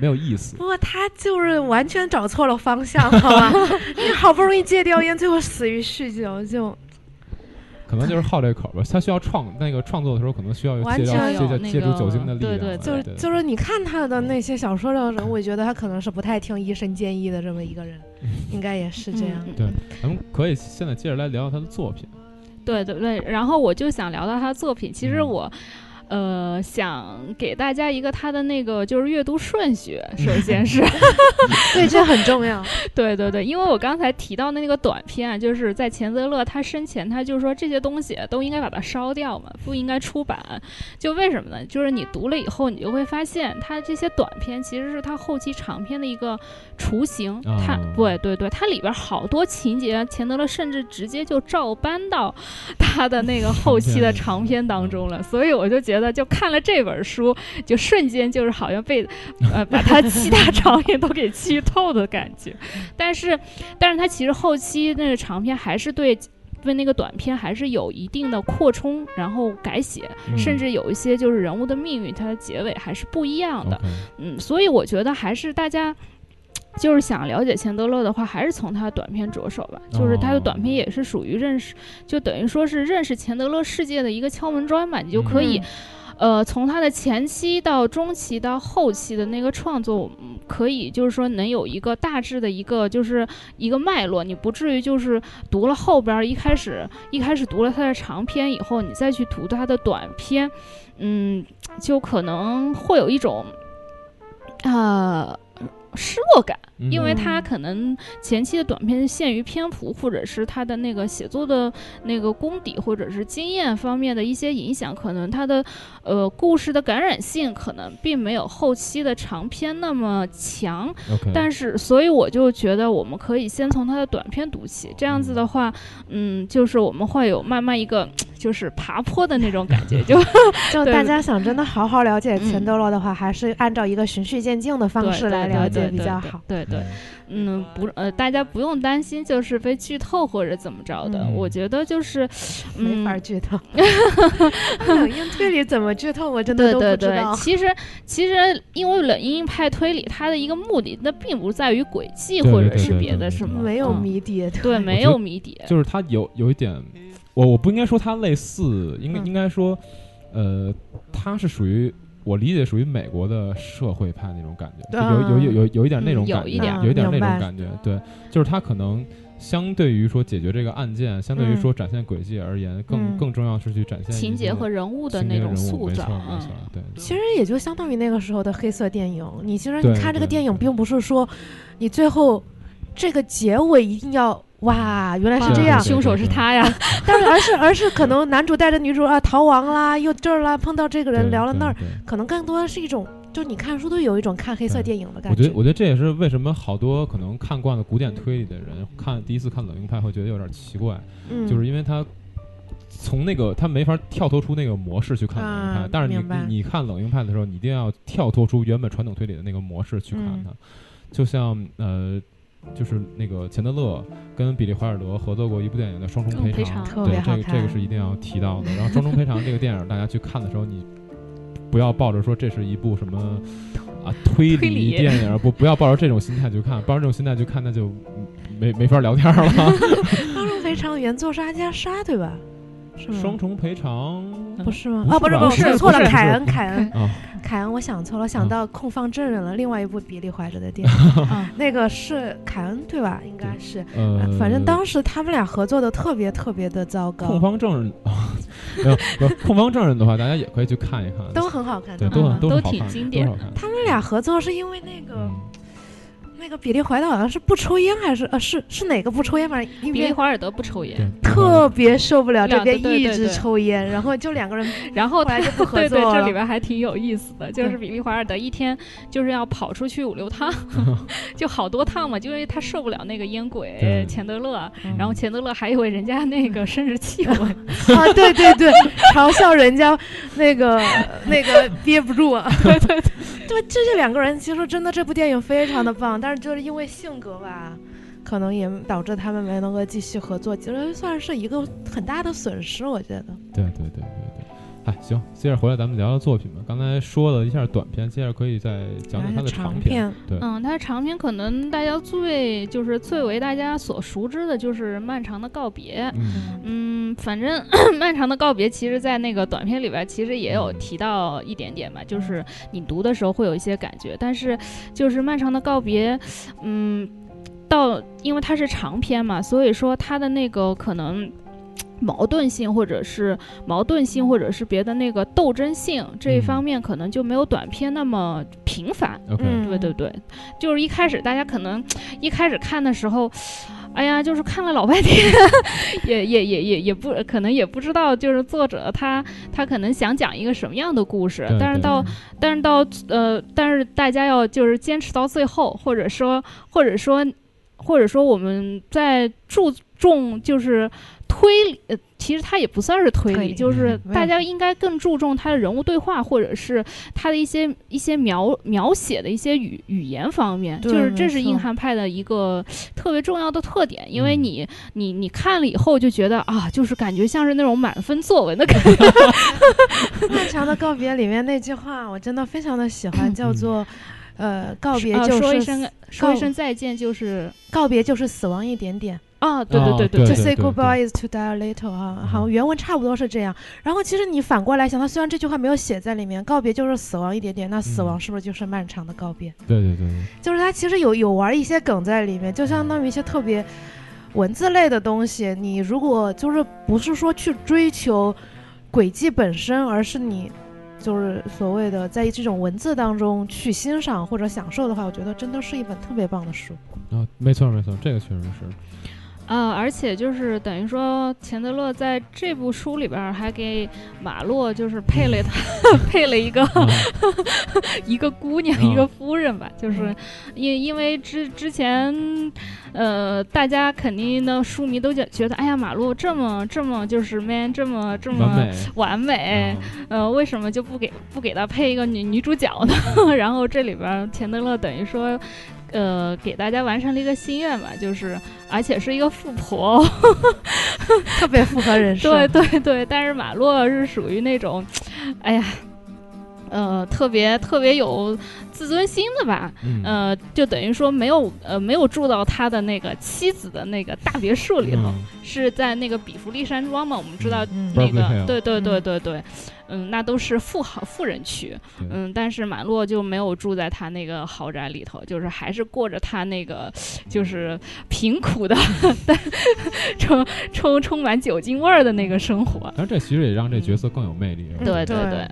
S1: 没有意思。
S2: 不过他就是完全找错了方向，好 吧？你好不容易戒掉烟，最后死于酗酒，就
S1: 可能就是好这口吧，他需要创那个创作的时候，可能需要
S2: 完
S1: 借
S2: 全
S1: 到
S2: 有
S1: 借鉴
S3: 那
S1: 借助
S3: 个
S1: 酒精的力
S3: 对
S1: 量
S3: 对
S1: 来，
S2: 就是
S1: 对
S2: 就是你看他的那些小说的时候，我觉得他可能是不太听医生建议的这么一个人，应该也是这样。
S3: 嗯
S1: 对咱们可以现在接着来聊聊他的作品。
S3: 对对对，然后我就想聊到他的作品。其实
S1: 嗯
S3: 我，呃，想给大家一个他的那个就是阅读顺序。首先是，
S2: 对，这很重要。
S3: 对对对，因为我刚才提到的那个短片啊，就是在钱泽乐他生前，他就说这些东西都应该把它烧掉嘛，不应该出版。就为什么呢？就是你读了以后，你就会发现，他这些短片其实是他后期长篇的一个雏形。他
S1: 哦
S3: 对对对，它里边好多情节，啊钱德勒甚至直接就照搬到他的那个后期的长篇当中了。所以我就觉得，就看了这本书，就瞬间就是好像被呃把他七大长篇都给剧透的感觉。但是，但是他其实后期那个长篇还是对。对那个短片还是有一定的扩充，然后改写，
S1: 嗯
S3: 甚至有一些就是人物的命运，它的结尾还是不一样的。嗯，所以我觉得还是大家。就是想了解钱德勒的话，还是从他的短片着手吧。就是他的短片也是属于认识，就等于说是认识钱德勒世界的一个敲门砖吧。你就可以，呃，从他的前期到中期到后期的那个创作，嗯可以就是说能有一个大致的一个就是一个脉络，你不至于就是读了后边儿一开始一开始读了他的长篇以后，你再去读他的短篇，嗯，就可能会有一种啊、失落感，
S1: 嗯
S3: 因为
S2: 嗯
S3: 他可能前期的短片限于篇幅，或者是他的那个写作的那个功底，或者是经验方面的一些影响，可能他的呃故事的感染性可能并没有后期的长篇那么强。
S1: OK，
S3: 但是，所以我就觉得我们可以先从他的短片读起，这样子的话，嗯，就是我们会有慢慢一个就是爬坡的那种感觉，就
S2: 就
S3: 对
S2: 大家想真的好好了解
S3: 嗯
S2: 钱德勒的话，还是按照一个循序渐进的方式来了解比较好。。
S3: 对对对对对对对
S1: 嗯，
S3: 嗯，不，呃，大家不用担心，就是被剧透或者怎么着的。
S1: 嗯
S3: 我觉得就是，
S2: 没
S3: 嗯，
S2: 法剧 透，哎冷硬推理怎么剧透，我真的
S3: 对
S2: 都
S3: 对
S2: 不知
S3: 对
S2: 道，。
S3: 其实其实因为冷硬派推理，它的一个目的，那并不在于诡计
S1: 对
S3: 或
S1: 对
S3: 者
S1: 对
S3: 是
S1: 对
S3: 别
S1: 对
S3: 的
S1: 对
S3: 什么，
S2: 没有
S3: 嗯，
S2: 谜底。
S3: 对，没有谜底，
S1: 就是他有有一点，我我不应该说他类似，应该
S2: 嗯
S1: 应该说，呃，他是属于。我理解属于美国的社会派那种感觉，就有有有有有一点那种
S3: 嗯有
S1: 感觉，
S3: 一点
S1: 有一点
S2: 啊嗯
S1: 那种
S2: 明白
S1: 感觉，对，就是他可能相对于说解决这个案件，相对于
S2: 嗯
S1: 说展现轨迹而言，更
S2: 嗯
S1: 更重要是去展现
S3: 情
S1: 一
S3: 节
S1: 些
S3: 和人物的
S1: 情节
S3: 那
S1: 和
S3: 种
S1: 人物
S3: 塑
S1: 没
S3: 造
S1: 错，没错
S3: 嗯，，
S1: 对，
S2: 其实也就相当于那个时候的黑色电影。你其实
S1: 对
S2: 你看这个
S1: 对
S2: 电影，
S1: 对
S2: 并不是说你最后这个结尾一定要哇，原来是
S1: 嗯对
S2: 这
S1: 对
S2: 样
S1: 对，
S3: 凶手是他呀，
S2: 但是而是而是可能男主带着女主啊逃亡啦，又这儿啦，碰到这个人
S1: 对
S2: 聊了
S1: 对
S2: 那儿，
S1: 对
S2: 可能更多的是一种，就你看书都有一种看黑色
S1: 对
S2: 电影的
S1: 嗯
S2: 感
S1: 我觉得，我觉得这也是为什么好多可能看惯了古典推理的人，看第一次看冷硬派会觉得有点奇怪，
S2: 嗯，
S1: 就是因为他从那个他没法跳脱出那个模式去看冷硬派。
S2: 啊
S1: 但是你
S2: 明白
S1: 你你看冷硬派的时候，你一定要跳脱出原本传统推理的那个模式去看它。就像呃，就是那个钱德勒跟比利怀尔德合作过一部电影叫《双重
S3: 嗯赔
S1: 偿
S3: 偿》，
S2: 特
S1: 对
S2: 别，
S1: 这
S2: 好
S1: 个
S2: 看
S1: 这个是一定要提到的。然后《双重赔偿》这个电影，大家去看的时候，你不要抱着说这是一部什么啊推
S3: 推
S1: 理
S3: 理
S1: 电影，不不要抱着这种心态去看，抱着这种心态去看，那就嗯没没法聊天了。
S2: 双重赔偿原作是阿加莎对吧？是吗？
S1: 双重赔偿
S2: 不是吗？
S1: 不是
S2: 啊，不
S1: 吧
S2: 不
S1: 不是
S2: 我说错了，
S1: 不是
S2: 凯恩，
S1: 不是
S2: 凯恩，
S1: 啊，
S2: 凯恩，我想错了，我想
S1: 啊
S2: 到控方证人了，另外一部比利怀德的电影，
S3: 嗯
S2: 那个是凯恩对吧？应该是，
S1: 呃，
S2: 反正当时他们俩合作的特别特别的糟
S1: 控
S2: 糕，
S1: 方证人 啊，没有不是控方证人的话，大家也可以去看一看，
S2: 都很好看。
S1: 对，
S2: 他们
S1: 都很都
S2: 俩
S3: 嗯都
S1: 很好
S3: 挺
S1: 看，
S3: 经
S1: 都
S3: 典
S1: 很好看。
S2: 他们俩合作是因为那个
S1: 嗯，
S2: 那个比利怀特好像是不抽烟还是呃是是哪个不抽烟？反正一
S3: 比利
S2: 边
S3: 华尔德不抽烟，
S2: 特别受不了这
S3: 两
S2: 边
S3: 对对
S2: 一
S3: 对
S2: 直
S3: 对
S2: 抽烟，然后就两个人
S3: 然后
S2: 后
S3: 他
S2: 来就不合
S3: 对
S2: 作
S3: 对，这
S2: 了
S3: 里。边还挺有意思的，就是
S2: 对
S3: 比利华尔德一天就是要跑出去五六 趟，就好多趟嘛，就因为他受不了那个烟鬼
S1: 对
S3: 钱德勒，
S2: 嗯
S3: 然后钱德勒还以为人家那个生殖器官，
S2: 啊，对对对，嘲笑人家那个那 个憋不住啊，对对 对，这这两个人其实真的这部电影非常的棒，但是就是因为性格吧，可能也导致他们没能够继续合作，其实算是一个很大的损失，我觉得。
S1: 对对对对对。哎，行，接着回来咱们聊聊作品吧。刚才说了一下短片，接着可以再讲讲
S2: 然
S1: 它
S2: 后
S1: 的长
S2: 长
S1: 片。
S2: 片，
S1: 对，
S3: 嗯，他的长篇可能大家最就是最为大家所熟知的就是《漫长的告别》，
S1: 嗯，
S3: 嗯，反正 漫长的告别，其实，在那个短片里边，其实也有提到一点点吧，就是你读的时候会有一些感觉，但是就是漫长的告别，嗯，到因为它是长篇嘛，所以说它的那个可能。矛盾性，或者是矛盾性，或者是别的那个斗争性这一
S1: 嗯
S3: 方面，可能就没有短片那么频繁。
S1: OK，
S2: 嗯，
S3: 对对对，就是一开始大家可能一开始看的时候，哎呀，就是看了老半天， 也也也也也不可能也不知道，就是作者他他可能想讲一个什么样的故事，
S1: 对
S3: 但是
S1: 对
S3: 到但是到呃，但是大家要就是坚持到最后，或者说或者说或者说我们在注重就是推理，呃，其实它也不算是推理，
S2: 推理
S3: 就是
S1: 嗯
S2: 没有
S3: 大家应该更注重他的人物对话，或者是他的一些一些描描写的一些语语言方面，就
S2: 对
S3: 是这
S2: 没
S3: 是
S2: 错
S3: 硬汉派的一个特别重要的特点，因为
S1: 嗯
S3: 你你你看了以后就觉得啊，就是感觉像是那种满分作文的感觉，
S2: 漫长的告别里面那句话，我真的非常的喜 欢，叫做。
S1: 嗯
S2: 呃，告别
S3: 啊
S2: 就是、
S3: 说一声说一
S2: 告
S3: 声再见就是。
S2: 告别就是死亡一点点。
S3: 啊，对对
S1: 哦
S3: 对
S1: 对
S3: 对
S2: 就 say
S1: 对
S2: goodbye is to die a little 啊，好像
S1: 嗯
S2: 原文差不多是这样。然后其实你反过来想，它虽然这句话没有写在里面，告别就是死亡一点点，那死亡
S1: 嗯
S2: 是不是就是漫长的告别？
S1: 对对对对，
S2: 就是它其实有有玩一些梗在里面，就相当于一些特别文字类的东西。你如果就是不是说去追求轨迹本身，而是你。就是所谓的在这种文字当中去欣赏或者享受的话，我觉得真的是一本特别棒的书。
S1: 啊，没错没错，这个确实是，
S3: 呃，而且就是等于说，钱德勒在这部书里边儿还给马洛就是配
S1: 嗯
S3: 了他 配了一个、
S1: 啊
S3: 一个姑娘、
S1: 嗯
S3: 一个夫人吧，就是因因为之之前，呃，大家肯定的书迷都觉觉得，哎呀，马洛这么这么就是 man，这么这么
S1: 完美。
S3: 完美
S1: 啊
S3: 呃，为什么就不给不给他配一个女女主角呢？ 然后这里边儿钱德勒等于说，呃，给大家完成了一个心愿吧，就是而且是一个富婆，
S2: 特别符合 人设。
S3: 对对对。但是马洛是属于那种，哎呀，呃，特别特别有自尊心的吧，
S1: 嗯
S3: 呃，就等于说没有呃没有住到他的那个妻子的那个大别墅里头，
S1: 嗯
S3: 是在那个比弗利山庄嘛，我们知道
S2: 嗯，
S3: 那
S1: Beverly
S3: 个，
S1: Hills
S3: 对对对
S2: 嗯
S3: 对对，嗯，那都是富豪富人区
S1: 对，
S3: 嗯，但是马洛就没有住在他那个豪宅里头，就是还是过着他那个就是贫苦的，但 充充充满酒精味儿的那个生活。
S1: 但是这其实也让这角色更有魅力。我觉得
S3: 对对
S2: 嗯对
S3: 对，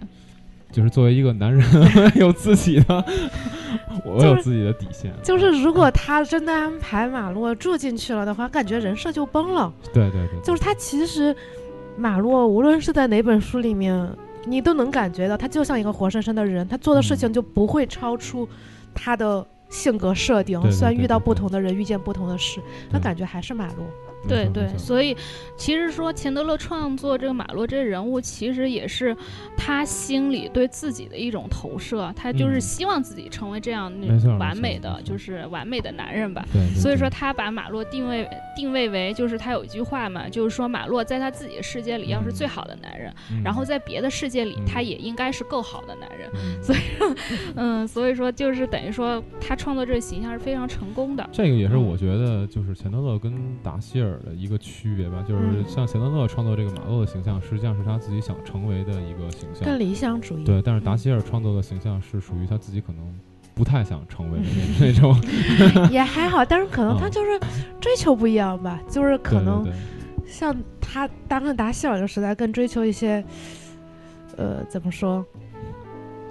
S1: 就是作为一个男人， 有自己的， 我
S2: 就是
S1: 有自己的底线。
S2: 就是如果他真的安排马洛住进去了的话，感觉人设就崩了。
S1: 对对对，
S2: 就是他其实马洛无论是在哪本书里面，你都能感觉到他就像一个活生生的人，他做的事情就不会超出他的性格设定。
S1: 对对
S2: 虽然
S1: 对
S2: 遇到
S1: 对
S2: 不
S1: 对
S2: 同的人，遇见不同的事，那
S1: 对
S2: 感觉还是马洛。
S1: 没错
S3: 对
S1: 没
S3: 对，
S1: 错
S3: 所以其实说钱德勒创作这个马洛这人物，其实也是他心里对自己的一种投射，他就是
S1: 嗯
S3: 希望自己成为这样那
S1: 没错
S3: 种
S1: 没
S3: 完
S1: 错
S3: 美
S1: 没
S3: 的，
S1: 错
S3: 就是完美的男人吧。
S1: 对对对
S3: 所以说他把马洛定位定位为，就是他有一句话嘛，就是说马洛在他自己的世界里要是
S1: 嗯
S3: 最好的男人，
S1: 嗯
S3: 然后在别的世界里
S1: 嗯
S3: 他也应该是够好的男人。
S1: 嗯
S3: 所嗯，所以说就是等于说他创作这个形象是非常成功的。
S1: 这个也是
S3: 嗯
S1: 我觉得就是钱德勒跟达希尔的一个区别吧，就是
S2: 嗯
S1: 像钱德勒创作这个马洛的形象，实际上是他自己想成为的一个形象。
S2: 更理想主义。
S1: 对，但是达希尔创作的形象是属于他自己可能不太想成为的那 种，
S2: 也还好，但是可能他
S1: 嗯
S2: 就是追求不一样吧，就是可
S1: 对
S2: 能
S1: 对对
S2: 像他当了达希尔的时代，更追求一些，呃，怎么说？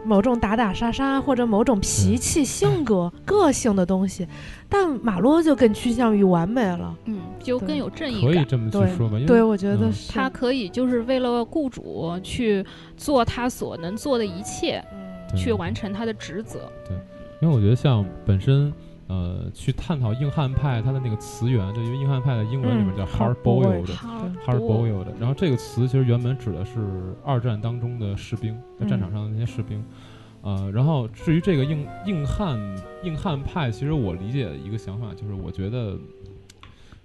S2: 某种打打杀杀或者某种脾气、性格、个性的东西，但马洛就更趋向于完美了。
S3: 嗯，就更有正义
S1: 可以
S3: 感。
S1: 这么去
S2: 对
S1: 说吧，因
S2: 对，
S1: 为
S2: 我觉得
S1: 嗯
S2: 是。
S3: 他可以就是为了雇主去做他所能做的一切，
S2: 嗯
S1: 对
S3: 去完成他的职责。
S1: 因为我觉得像本身。呃，去探讨硬汉派它的那个词源，就因为硬汉派的英文里面
S2: 嗯
S1: 叫 hard
S2: ，hard boiled
S1: boiled，
S3: 好
S1: hard boiled。然后这个词其实原本指的是二战当中的士兵，在
S2: 嗯
S1: 战场上的那些士兵。呃，然后至于这个硬硬汉硬汉派，其实我理解一个想法，就是我觉得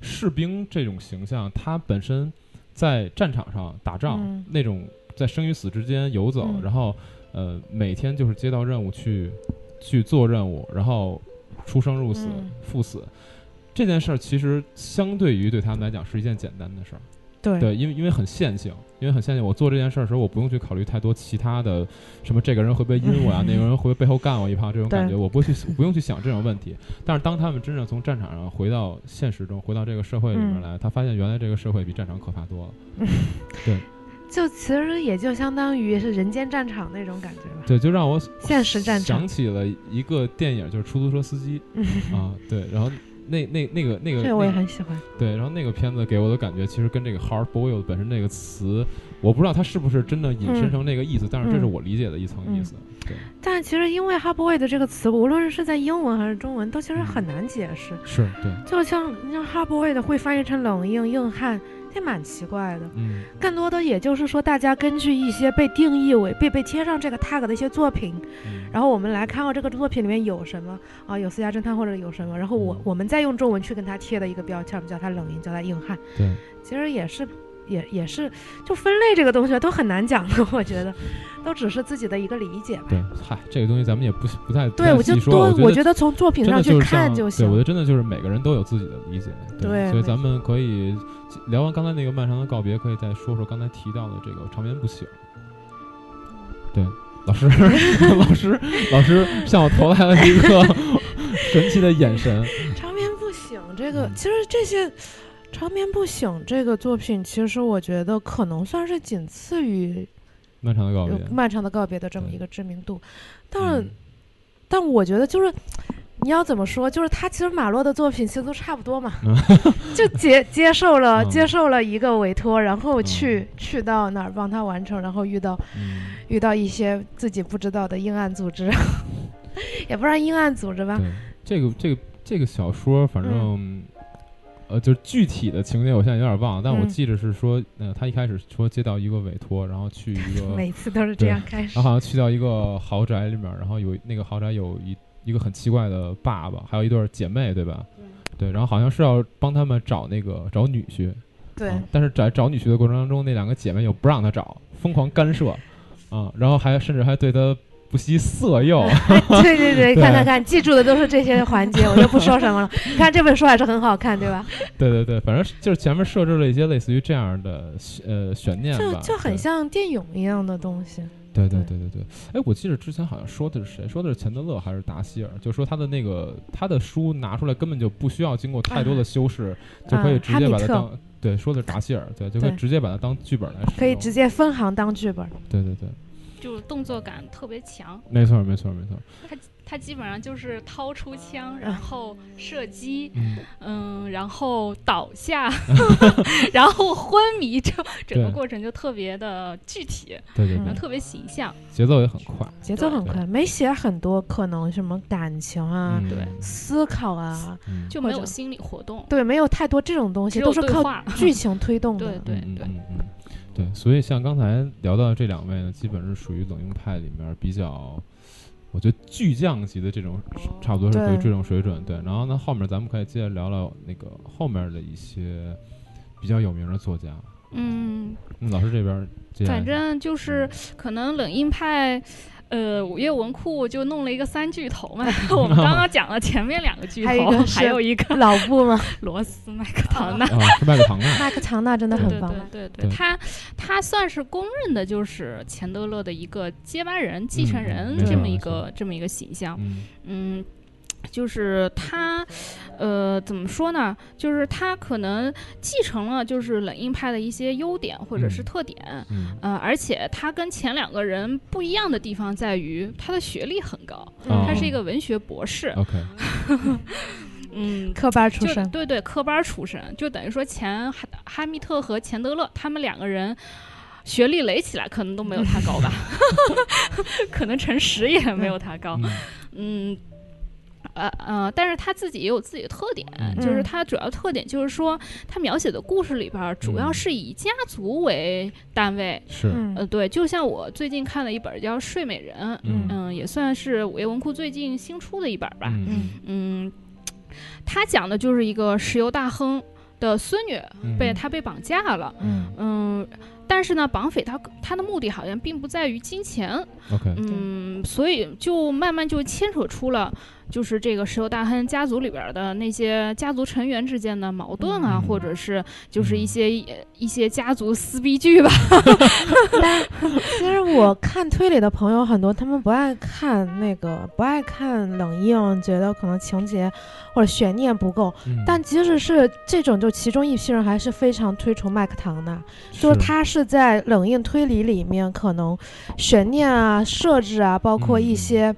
S1: 士兵这种形象，他本身在战场上打仗、
S2: 嗯
S1: 那种在生与死之间游走，
S2: 嗯
S1: 然后呃每天就是接到任务去去做任务，然后出生入死、
S2: 嗯
S1: 赴死。这件事儿其实相对于对他们来讲是一件简单的事儿，
S2: 对
S1: 对，因为因为很线性，因为很线性。我做这件事儿的时候，我不用去考虑太多其他的，什么这个人会不会阴 我啊，那个人会不会背后干我一炮，这种感觉，
S2: 对
S1: 我不会去，我不用去想这种问题。但是当他们真正从战场上回到现实中，回到这个社会里面
S2: 嗯
S1: 来，他发现原来这个社会比战场可怕多了。
S2: 就其实也就相当于是人间战场那种感觉吧。
S1: 对，就 让我
S2: 现实战场嗯
S1: 想起了一个电影，就是《出租车司 机》啊，对，然后那那那个那个
S2: 这
S1: 那
S2: 个我也
S1: 个
S2: 很喜欢。
S1: 对，然后那个片子给我的感觉，其实跟这个 hard boiled 本身这个词，我不知道它是不是真的引申
S2: 嗯
S1: 成那个意思，但是这是
S2: 嗯
S1: 我理解的一层意思。对，
S2: 但其实因为 “hard boy” 的这个词，无论是在英文还是中文，都其实很难解释。
S1: 是，对，
S2: 就像你像 “hard boy” 的会翻译成冷硬、硬汉，这蛮奇怪的。
S1: 嗯，
S2: 更多的也就是说，大家根据一些被定义为被被贴上这个 tag 的一些作品，
S1: 嗯
S2: 然后我们来看到哦这个作品里面有什么啊，有私家侦探或者有什么，然后我
S1: 嗯
S2: 我们再用中文去跟他贴的一个标签，我们叫他冷硬，叫他硬汉，
S1: 对，
S2: 其实也是。也也是，就分类这个东西都很难讲的，我觉得，都只是自己的一个理解吧。
S1: 对，嗨，这个东西咱们也不不太
S2: 对，
S1: 不
S2: 我
S1: 太
S2: 就
S1: 细
S2: 多
S1: 说，，啊
S2: 我
S1: 我觉得
S2: 觉得从作品
S1: 真
S2: 上
S1: 的
S2: 去
S1: 就是
S2: 看
S1: 像，
S2: 就
S1: 对，
S2: 行
S1: 我觉。得真的就是每个人都有自己的理解，
S2: 对
S1: 所以
S2: 没
S1: 咱们可以聊完刚才那个漫长的告别，可以再说说刚才提到的这个长眠不醒。对，老 师，老师，老师向我投来了一个 神奇的眼神。
S2: 长眠不醒这个
S1: 嗯，
S2: 其实这些长眠不醒这个作品，其实我觉得可能算是仅次于
S1: 漫长的告别
S2: 有，漫长的告别的这么
S1: 对
S2: 一个知名度，但、
S1: 嗯
S2: 但我觉得就是。你要怎么说？就是他其实马洛的作品其实都差不 多嘛，
S1: 嗯
S2: 就接接受了、
S1: 嗯
S2: 接受了一个委托，然后
S1: 嗯
S2: 去、去到哪儿帮他完成，然后遇到
S1: 嗯
S2: 遇到一些自己不知道的阴暗组织， 也不算阴暗组织吧，
S1: 对，这个这个这个小说，
S2: 嗯
S1: 反正、呃，就是具体的情节我现在有点忘了，但我
S2: 嗯
S1: 记着是说，呃，他一开始说接到一个委托，然后去一 个，然
S2: 每次都是这
S1: 对
S2: 样开始
S1: 后。好像去到一个豪宅里面，然后有那个豪宅有一一个很奇怪的爸爸，还有一对儿姐妹，对吧？对，然后好像是要帮他们找那个找女婿，
S2: 对
S1: 啊，但是在找女婿的过程当中，那两个姐妹又不让他找，疯狂干涉，啊，然后还甚至还对他不惜色诱，
S2: 对对对，
S1: 对
S2: 看看看，记住的都是这些环 节，我就不说什么了。看这本书还是很好看，对吧？
S1: 对对对，反正是就是前面设置了一些类似于这样的呃悬念
S2: 就
S1: 吧，
S2: 就很
S1: 对。
S2: 像电影一样的东西。
S1: 对对对对对，哎，我记得之前好像说的是谁，说的是钱德勒还是达希尔，就说他的那个他的书拿出来根本就不需要经过太多的修饰，就可以直接把它
S2: 啊哈
S1: 当、对，说的是达希尔，对，就可以
S2: 对
S1: 直接把它当剧本来使用，
S2: 可以直接分行当剧本。
S3: 嗯
S1: 对对对，
S3: 就是动作感特别强，
S1: 没错没错没错，
S3: 他基本上就是掏出枪，
S2: 嗯
S3: 然后射击，
S1: 嗯，
S3: 嗯，然后倒 下， 然后昏迷，就整个
S1: 对
S3: 过程就特别的具体，
S1: 对对
S3: 然
S1: 对
S2: 嗯
S3: 后，特别形象。
S1: 节奏也很快，
S2: 节奏很快，没写很多可能什么感情啊、
S1: 嗯
S3: 对
S2: 思考啊，
S1: 嗯
S3: 就没
S2: 或
S3: 有
S2: 者
S3: 心理活动，
S2: 对，没有太多这种东西，
S3: 只
S2: 都
S3: 有
S2: 是
S3: 对
S2: 靠
S3: 话。
S2: 剧情推动
S3: 对
S2: 的。
S3: 对
S1: 嗯
S3: 对
S1: 嗯嗯嗯，对，所以像刚才聊到的这两位呢，基本是属于冷硬派里面比较，我觉得巨匠级的这种，差不多是属于
S2: 对
S1: 这种水准。对，然后呢，后面咱们可以接着聊聊那个后面的一些比较有名的作家。
S3: 嗯，
S1: 嗯，老师这边儿接下来，
S3: 反正就是可能冷硬派。呃，五月文库就弄了一个三巨头嘛，我们刚刚讲了前面两个巨头，
S2: 还有一个是
S3: 还有一个
S2: 老布嘛，
S3: 罗斯麦克唐纳，
S1: 啊，是麦克唐纳，
S2: 麦克唐纳真的
S3: 对
S2: 很
S3: 对
S2: 棒。
S3: 对对对，他他算是公认的，就是钱德勒的一个接班人、继承人
S1: 没
S3: 这
S2: 错
S3: 么一
S1: 没
S3: 个这么一个形象。
S1: 嗯
S3: 嗯，就是他，呃，怎么说呢？就是它可能继承了就是冷硬派的一些优点或者是
S1: 嗯
S3: 特点，
S1: 嗯
S3: 呃，而且他跟前两个人不一样的地方在于他的学历很高，
S1: 哦
S3: 嗯他是一个文学博士，
S1: ，OK，
S3: 嗯。
S2: 科班出
S3: 就
S2: 身，
S3: 对对，科班出身，就等于说前哈哈密特和钱德勒他们两个人学历垒起来可能都没有他高吧， 可能乘十也没有他高。
S1: 嗯
S3: 嗯，呃呃，但是他自己也有自己的特点，
S1: 嗯
S3: 就是他主要特点就是说，他描写的故事里边儿主要是以家族为单位。
S1: 是，
S2: 嗯
S3: 呃，对，就像我最近看了一本儿叫《睡美人》，
S1: 嗯
S3: 嗯、也算是午夜文库最近新出的一本儿吧。
S1: 嗯
S3: 嗯，他讲的就是一个石油大亨的孙女
S1: 嗯
S3: 被他被绑架了。
S1: 嗯
S3: 嗯，但是呢，绑匪他他的目的好像并不在于金钱，
S1: ，OK，
S3: 嗯，所以就慢慢就牵扯出了，就是这个石油大亨家族里边儿的那些家族成员之间的矛盾啊，
S1: 嗯
S3: 或者是就是一些、一些家族撕逼剧吧。
S2: 其实我看推理的朋友很多，他们不爱看那个，不爱看冷硬，觉得可能情节或者悬念不够。
S1: 嗯
S2: 但即使是这种，就其中一批人还是非常推崇麦克唐的，就是他是在冷硬推理里面，可能悬念啊、设置啊，包括一
S1: 嗯
S2: 些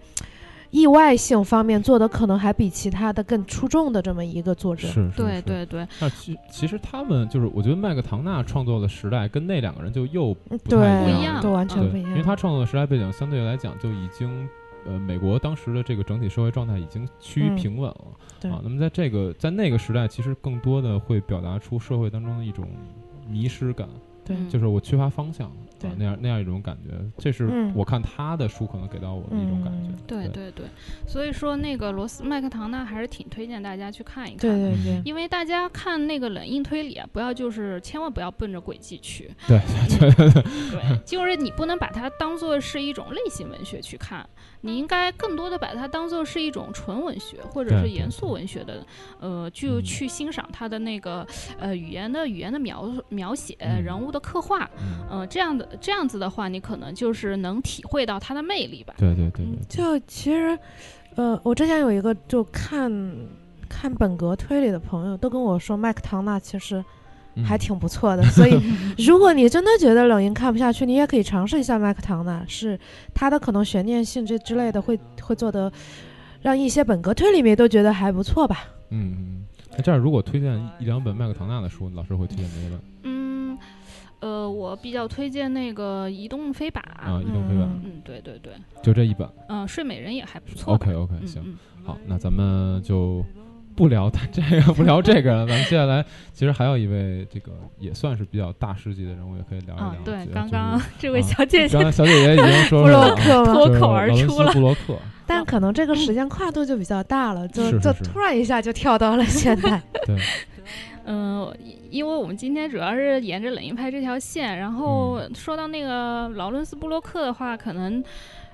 S2: 意外性方面做的，可能还比其他的更出众的这么一个作者嗯
S1: 是。是
S3: 对
S1: 是
S3: 对对，
S1: 那其其实他们就是，我觉得麦克唐纳创作的时代跟那两个人就又
S2: 嗯
S1: 不太
S3: 一
S2: 对
S3: 样嗯
S2: 对，完全
S1: 对，
S2: 不一样。
S1: 因为他创作的时代背景相对来讲就已经，呃，美国当时的这个整体社会状态已经趋于
S2: 嗯
S1: 平稳了、
S2: 对
S1: 啊。那么在这个在那个时代，其实更多的会表达出社会当中的一种迷失感，
S2: 对
S3: 嗯
S1: 就、是我缺乏方向。
S2: 嗯对
S1: 啊，那样那样一种感觉，这是
S2: 嗯
S1: 我看他的书可能给到我的一种感觉。
S2: 嗯
S3: 对
S1: 对，
S3: 对对，所以说那个罗斯麦克唐纳还是挺推荐大家去看一看。
S2: 对对
S1: 嗯
S2: 对，
S3: 因为大家看那个冷硬推理啊，不要就是千万不要奔着轨迹去，嗯
S1: 对对对对，
S3: 对，就是你不能把它当做是一种类型文学去看，你应该更多的把它当做是一种纯文学或者
S1: 对
S3: 是
S1: 对
S3: 严
S1: 对
S3: 肃文学的，呃，就
S1: 嗯
S3: 去欣赏它的那个呃语言的语言的描描写、
S1: 嗯
S3: 人物的刻画，
S1: 嗯
S3: 呃，这样的这样子的话，你可能就是能体会到它的魅力吧。
S1: 对对对对
S2: 嗯，就其实，呃，我之前有一个就看看本格推理的朋友，都跟我说麦克唐纳其实
S1: 嗯
S2: 还挺不错的，所以如果你真的觉得冷硬看不下去，你也可以尝试一下麦克唐纳，是他的可能悬念性这之类的会会做的，让一些本格推理迷都觉得还不错吧。
S1: 嗯嗯。那这样，如果推荐一两本麦克唐纳的书，老师会推荐哪本
S3: 嗯，呃，我比较推荐那个《移动飞靶》
S1: 啊？移动飞
S2: 嗯
S1: 本
S3: 嗯，对对对，
S1: 就这一本。
S3: 嗯、睡美人也还不错吧。
S1: OK OK，
S3: 嗯
S1: 行。
S3: 嗯
S1: 好，那咱们就不聊他这个，不聊这个了。咱们接下来，其实还有一位这个也算是比较大师级的人物，也可以聊一聊。
S2: 哦
S3: 啊，对
S1: 就，
S3: 刚
S1: 就
S3: 刚
S1: 是
S3: 这位
S1: 啊
S3: 小姐姐
S1: 刚，刚小姐姐已经说
S2: 布
S1: 是
S2: 洛
S1: 了啊
S2: 克吗？
S3: 脱
S1: 就是
S3: 口
S1: 劳
S3: 而
S1: 伦
S3: 出
S1: 斯
S3: 了
S1: 布洛克，
S2: 但可能这个时间跨度就比较大了，就是就是
S1: 是
S2: 突然一下就跳到了现代。
S1: 对，
S3: 嗯，因因为我们今天主要是沿着冷硬派这条线，然后
S1: 嗯
S3: 说到那个劳伦斯布洛克的话，可能。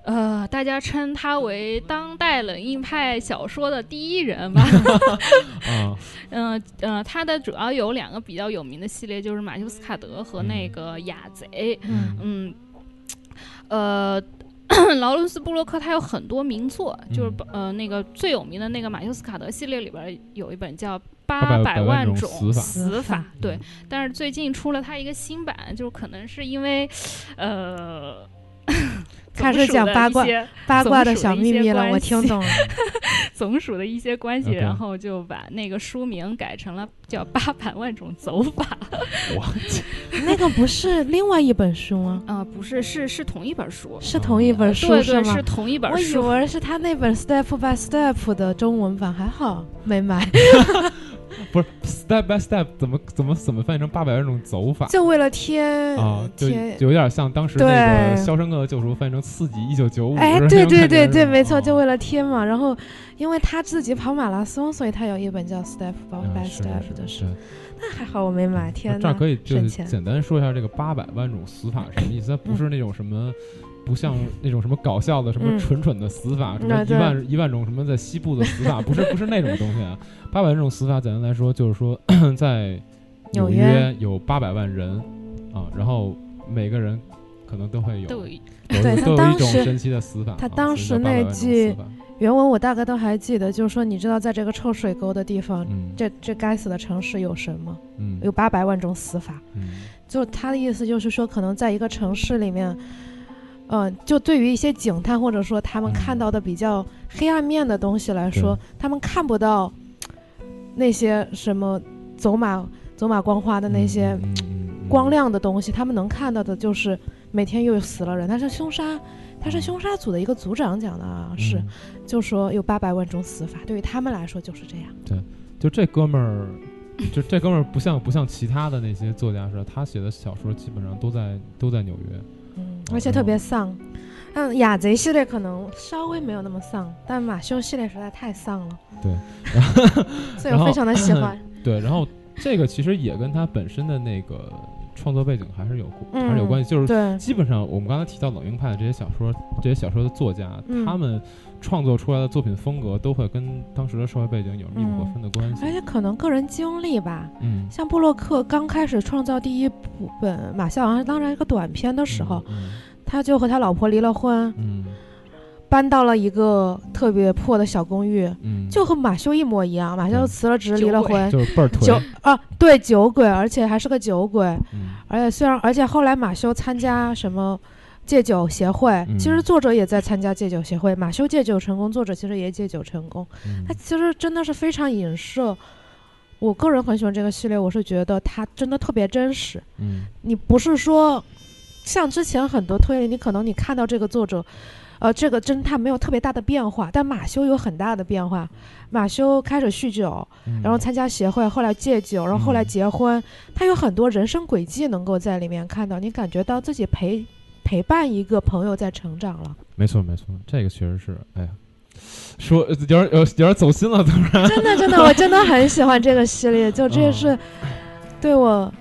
S3: 呃，大家称他为当代冷硬派小说的第一人 吧。
S1: 啊，
S3: 嗯呃他的主要有两个比较有名的系列，就是马修斯卡德和
S1: 嗯
S3: 那个雅贼。
S2: 嗯
S3: 嗯，呃， 劳伦斯布洛克他有很多名作，就是
S1: 嗯
S3: 呃那个最有名的那个马修斯卡德系列里边有一本叫《
S1: 百
S3: 八百
S1: 万
S3: 万
S1: 种
S3: 种
S1: 死法
S3: 死法》，对
S1: 嗯，
S3: 但是最近出了他一个新版，就可能是因为，呃，
S2: 开始
S3: 总属
S2: 讲
S3: 的
S2: 八
S3: 一
S2: 卦
S3: 些
S2: 八
S3: 总
S2: 卦
S3: 属
S2: 的
S3: 的
S2: 小
S3: 一
S2: 秘
S3: 些
S2: 密了，
S3: 关
S2: 我听
S3: 系
S2: 懂了。
S3: 总属的一些关系
S1: OK
S3: 然后就把那个书名改成了叫《八百万种走法》
S1: 我
S2: 那个不是另外一本书吗？
S3: 啊、不是，是是同一本书，
S2: 是同一本书
S3: 对
S2: 是
S3: 对，
S2: 吗
S3: 是？同一本
S2: 我以
S3: 书。
S2: 为是他那本 Step by Step 的中文版，还好没买，
S1: 啊不是 step by step 怎么怎么怎么翻译成八百万种走法？
S2: 就为了贴
S1: 啊，就
S2: 贴。
S1: 就有点像当时那个《
S2: 对
S1: 肖申克的救赎》翻译成《刺激一九九五》是
S2: 哎
S1: 那，种感觉是
S2: 对
S1: 吧，
S2: 对对对，没错，
S1: 哦
S2: 就为了贴嘛。然后，因为他自己跑马拉松，所以他有一本叫 Step
S1: 嗯
S2: by
S1: 是
S2: Step 的
S1: 是
S2: 书
S1: 是。。
S2: 那还好我没买，啊天
S1: 嗯这
S2: 哪
S1: 儿！可以就
S2: 省
S1: 是
S2: 钱
S1: 简单说一下这个八百万种死法是什么意思？它不是那种什么，不像那种什么搞笑的什么
S2: 嗯
S1: 蠢蠢的死法，什么
S2: 啊
S1: 一
S2: 对
S1: 万一万种什么在西部的死法，不是不是那种东西啊。八百万种死法简单来说就是说 在纽
S2: 纽
S1: 约
S2: 约
S1: 有八百万人啊，然后每个人可能都会有
S3: 都
S1: 有
S3: 有一
S1: 一
S2: 对他
S1: 都有一
S2: 当
S1: 种
S2: 时
S1: 神奇的死法啊。
S2: 他当
S1: 所以叫
S2: 时
S1: 800
S2: 那
S1: 万种死
S2: 句
S1: 法
S2: 原文我大概都还记得，就是说你知道在这个臭水沟的地方，
S1: 嗯
S2: 这这该死的城市有什么？
S1: 嗯
S2: 有八百万种死法。
S1: 嗯
S2: 就是他的意思就是说，可能在一个城市里面，嗯、就对于一些警探或者说他们
S1: 嗯
S2: 看到的比较黑暗面的东西来说，
S1: 对
S2: 他们看不到那些什么走马走马观花的那些
S1: 嗯嗯嗯
S2: 光亮的东西，他们能看到的就是每天又死了人。他是凶杀，他是凶杀组的一个组长讲的啊，
S1: 嗯
S2: 是就说有八百万种死法，对于他们来说就是这样。
S1: 就这哥们儿，就这哥们儿不像不像其他的那些作家似的，他写的小说基本上都在都在纽约。
S2: 嗯，
S1: 哦
S2: 而且
S1: 真的
S2: 特
S1: 吗
S2: 别丧。嗯，雅贼系列可能稍微没有那么丧，但马修系列实在太丧了。
S1: 对，
S2: 所
S1: 然
S2: 以我
S1: 后
S2: 非常的喜欢。
S1: 对，然后这个其实也跟他本身的那个创作背景还是有、
S2: 嗯
S1: 还是有关系，就是
S2: 对，
S1: 基本上我们刚才提到冷硬派的这些小说，这些小说的作家，
S2: 嗯
S1: 他们创作出来的作品风格都会跟当时的社会背景有密不可分的关系
S2: 而。且可能个人经历吧，
S1: 嗯，
S2: 像布洛克刚开始创造第一部本《马戏好像当然一个短片的时候，
S1: 嗯，
S2: 他就和他老婆离了婚，
S1: 嗯
S2: 搬到了一个特别破的小公寓，
S1: 嗯，
S2: 就和马修一模一样。马修
S1: 对
S2: 辞了职，
S3: 酒
S2: 离了
S3: 鬼
S2: 婚，
S1: 就是倍儿颓。
S2: 酒啊，对，酒鬼，而且还是个酒鬼。
S1: 嗯
S2: 而且虽然，而且后来马修参加什么戒酒协会，
S1: 嗯
S2: 其实作者也在参加戒酒协会。马修戒酒成功，作者其实也戒酒成功。
S1: 嗯
S2: 他其实真的是非常影射。我个人很喜欢这个系列，我是觉得它真的特别真实。
S1: 嗯
S2: 你不是说像之前很多推理，你可能你看到这个作者，呃，这个侦探没有特别大的变化，但马修有很大的变化。马修开始酗酒，
S1: 嗯
S2: 然后参加协会，后来戒酒，然后后来
S1: 嗯
S2: 结婚，他有很多人生轨迹能够在里面看到，你感觉到自己陪陪伴一个朋友在成长 了，
S1: 没错没错，这个确实是，哎呀，说呃有点有有点走心了，突然。
S2: 真的真的，我真的很喜欢这个系列，就这
S1: 嗯
S2: 是对我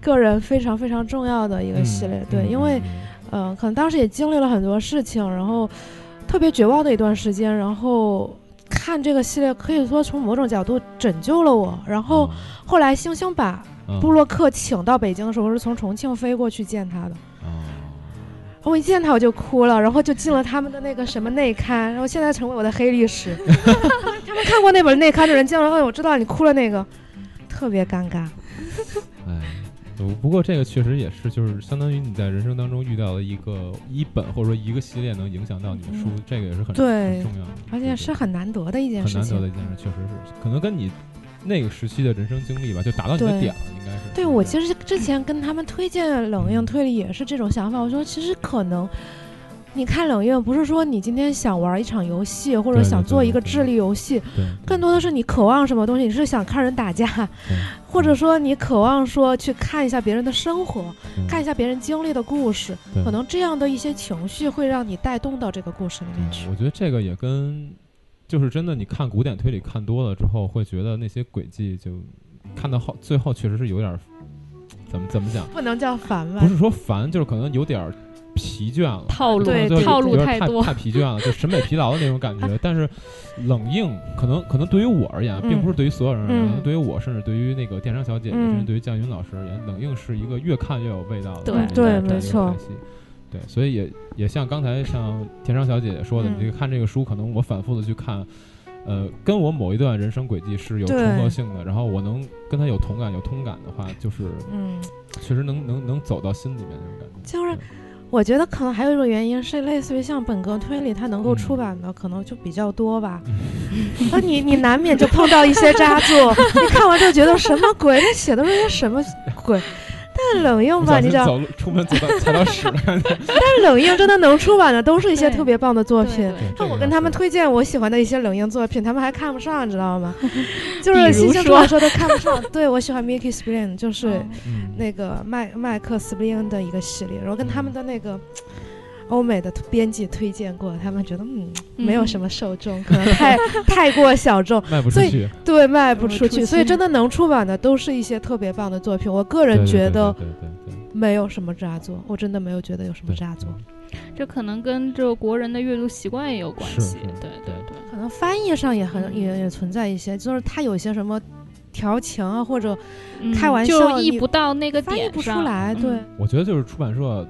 S2: 个人非常非常重要的一个系列，
S1: 嗯
S2: 对，
S1: 嗯
S2: 因为
S1: 嗯
S2: 嗯、呃可能当时也经历了很多事情，然后特别绝望的一段时间，然后。看这个系列，可以说从某种角度拯救了我。然
S1: 哦
S2: 后后来星星把
S1: 嗯
S2: 布洛克请到北京的时候，我是从重庆飞过去见他的。
S1: 哦
S2: 哦我一见他我就哭了，然后就进了他们的那个什么内刊，然后现在成为我的黑历史。 他们看过那本内刊的人见了，哎，我知道你哭了那个，特别尴尬。
S1: 嗯哎。不不过这个确实也是，就是相当于你在人生当中遇到了一个一本或者说一个系列能影响到你的书，这个也是很
S2: 嗯对
S1: 很重要的，
S2: 而且是很难得的一件
S1: 很
S2: 事
S1: 难得的
S2: 情。
S1: 一件事，确实是，可能跟你那个时期的人生经历吧，就达到你的
S2: 对
S1: 点了，应该是。
S2: 对，我
S1: 实
S2: 其实之前跟他们推荐冷硬推理也是这种想法。我说，其实可能你看冷硬，不是说你今天想玩一场游戏，或者
S1: 对对
S2: 想
S1: 对
S2: 做一
S1: 对
S2: 个
S1: 对
S2: 智力游戏，
S1: 对，
S2: 更多的是你渴望什么东西，你是想看人打架， 或者说你渴望说去看一下别人的生活，
S1: 嗯
S2: 看一下别人经历的故事，
S1: 对
S2: 可能这样的一些情绪会让你带动到这个故事里面去
S1: 嗯。我觉得这个也跟，就是真的，你看古典推理看多了之后，会觉得那些轨迹就看到后最后确实是有点儿，怎么怎么讲？
S2: 不能叫烦吧
S1: 不？是说烦，就是可能有点儿疲倦了，
S3: 套路
S1: 可能
S2: 对
S1: 就有
S2: 套路
S1: 有点
S3: 太
S1: 太
S3: 多
S1: 太疲倦了，就审美疲劳的那种感觉。但是冷硬可能可能对于我而言，
S2: 嗯
S1: 并不是对于所有人而言，
S2: 嗯
S1: 可能对于我，甚至对于那个电商小姐姐，
S2: 嗯
S1: 甚至对于酱云老师而言，冷硬是一个越看越有味道的
S3: 对
S1: 一个
S3: 对
S1: 一个
S3: 没
S2: 错
S1: 派系。对，所以也也像刚才像田商小姐姐说的，
S2: 嗯
S1: 你这个看这个书，可能我反复的去看，呃，跟我某一段人生轨迹是有重
S2: 对
S1: 合性的，然后我能跟他有同感、有通感的话，就是
S2: 嗯，
S1: 确实能能能走到心里面那种感觉。
S2: 就是我觉得可能还有一种原因是，类似于像本格推理，它能够
S1: 嗯
S2: 出版的可能就比较多吧。 那你你难免就碰到一些渣作，你看完就觉得什么鬼？这写的是些什么鬼？ 但冷硬
S1: 不
S2: 吧，
S1: 小
S2: 你
S1: 心
S2: 知道，
S1: 走路 出门走 到踩到屎了，
S2: 但 冷硬真的能出版的都是一些
S3: 对
S2: 特别棒的作
S3: 对
S2: 品。
S3: 对
S1: 这
S2: 那
S1: 个
S2: 我
S1: 要
S2: 跟他们
S1: 说
S2: 推荐我喜欢的一些冷硬作品，他们还看不上，你知 道吗？就
S3: 比
S2: 是
S3: 如
S2: 新星出
S3: 说
S2: 来说都看不上。对我喜欢 Mickey Spillane，就是
S3: 哦
S1: 嗯
S2: 那个麦麦克斯布利恩的一个系列，然后跟他们的那个欧美的编辑推荐过，他们觉得嗯没有什么受众，可能 太太过小众，
S1: 卖不出
S2: 所以
S1: 去，
S2: 对卖不
S3: 卖不
S2: 出
S3: 出去
S2: 去。所以真的能出版的都是一些特别棒的作品。我个
S1: 对
S2: 人
S1: 对
S2: 觉
S1: 对
S2: 得
S1: 对对对对
S2: 没有什么渣作，我真的没有觉得有什么
S1: 对嗯
S2: 渣作。
S3: 这可能跟这个国人的阅读习惯也有关
S1: 是
S3: 系
S1: 是。
S3: 对对对，
S2: 可能翻译上也
S3: 嗯
S2: 很也也存在一些，就是它有些什么调情啊，或者
S3: 嗯
S2: 开玩
S3: 就
S2: 笑
S3: 译
S2: 你
S3: 不到那个
S2: 翻译
S3: 点
S2: 不出
S3: 上。
S2: 来，
S3: 嗯
S2: 对。
S1: 我觉得就是出版社。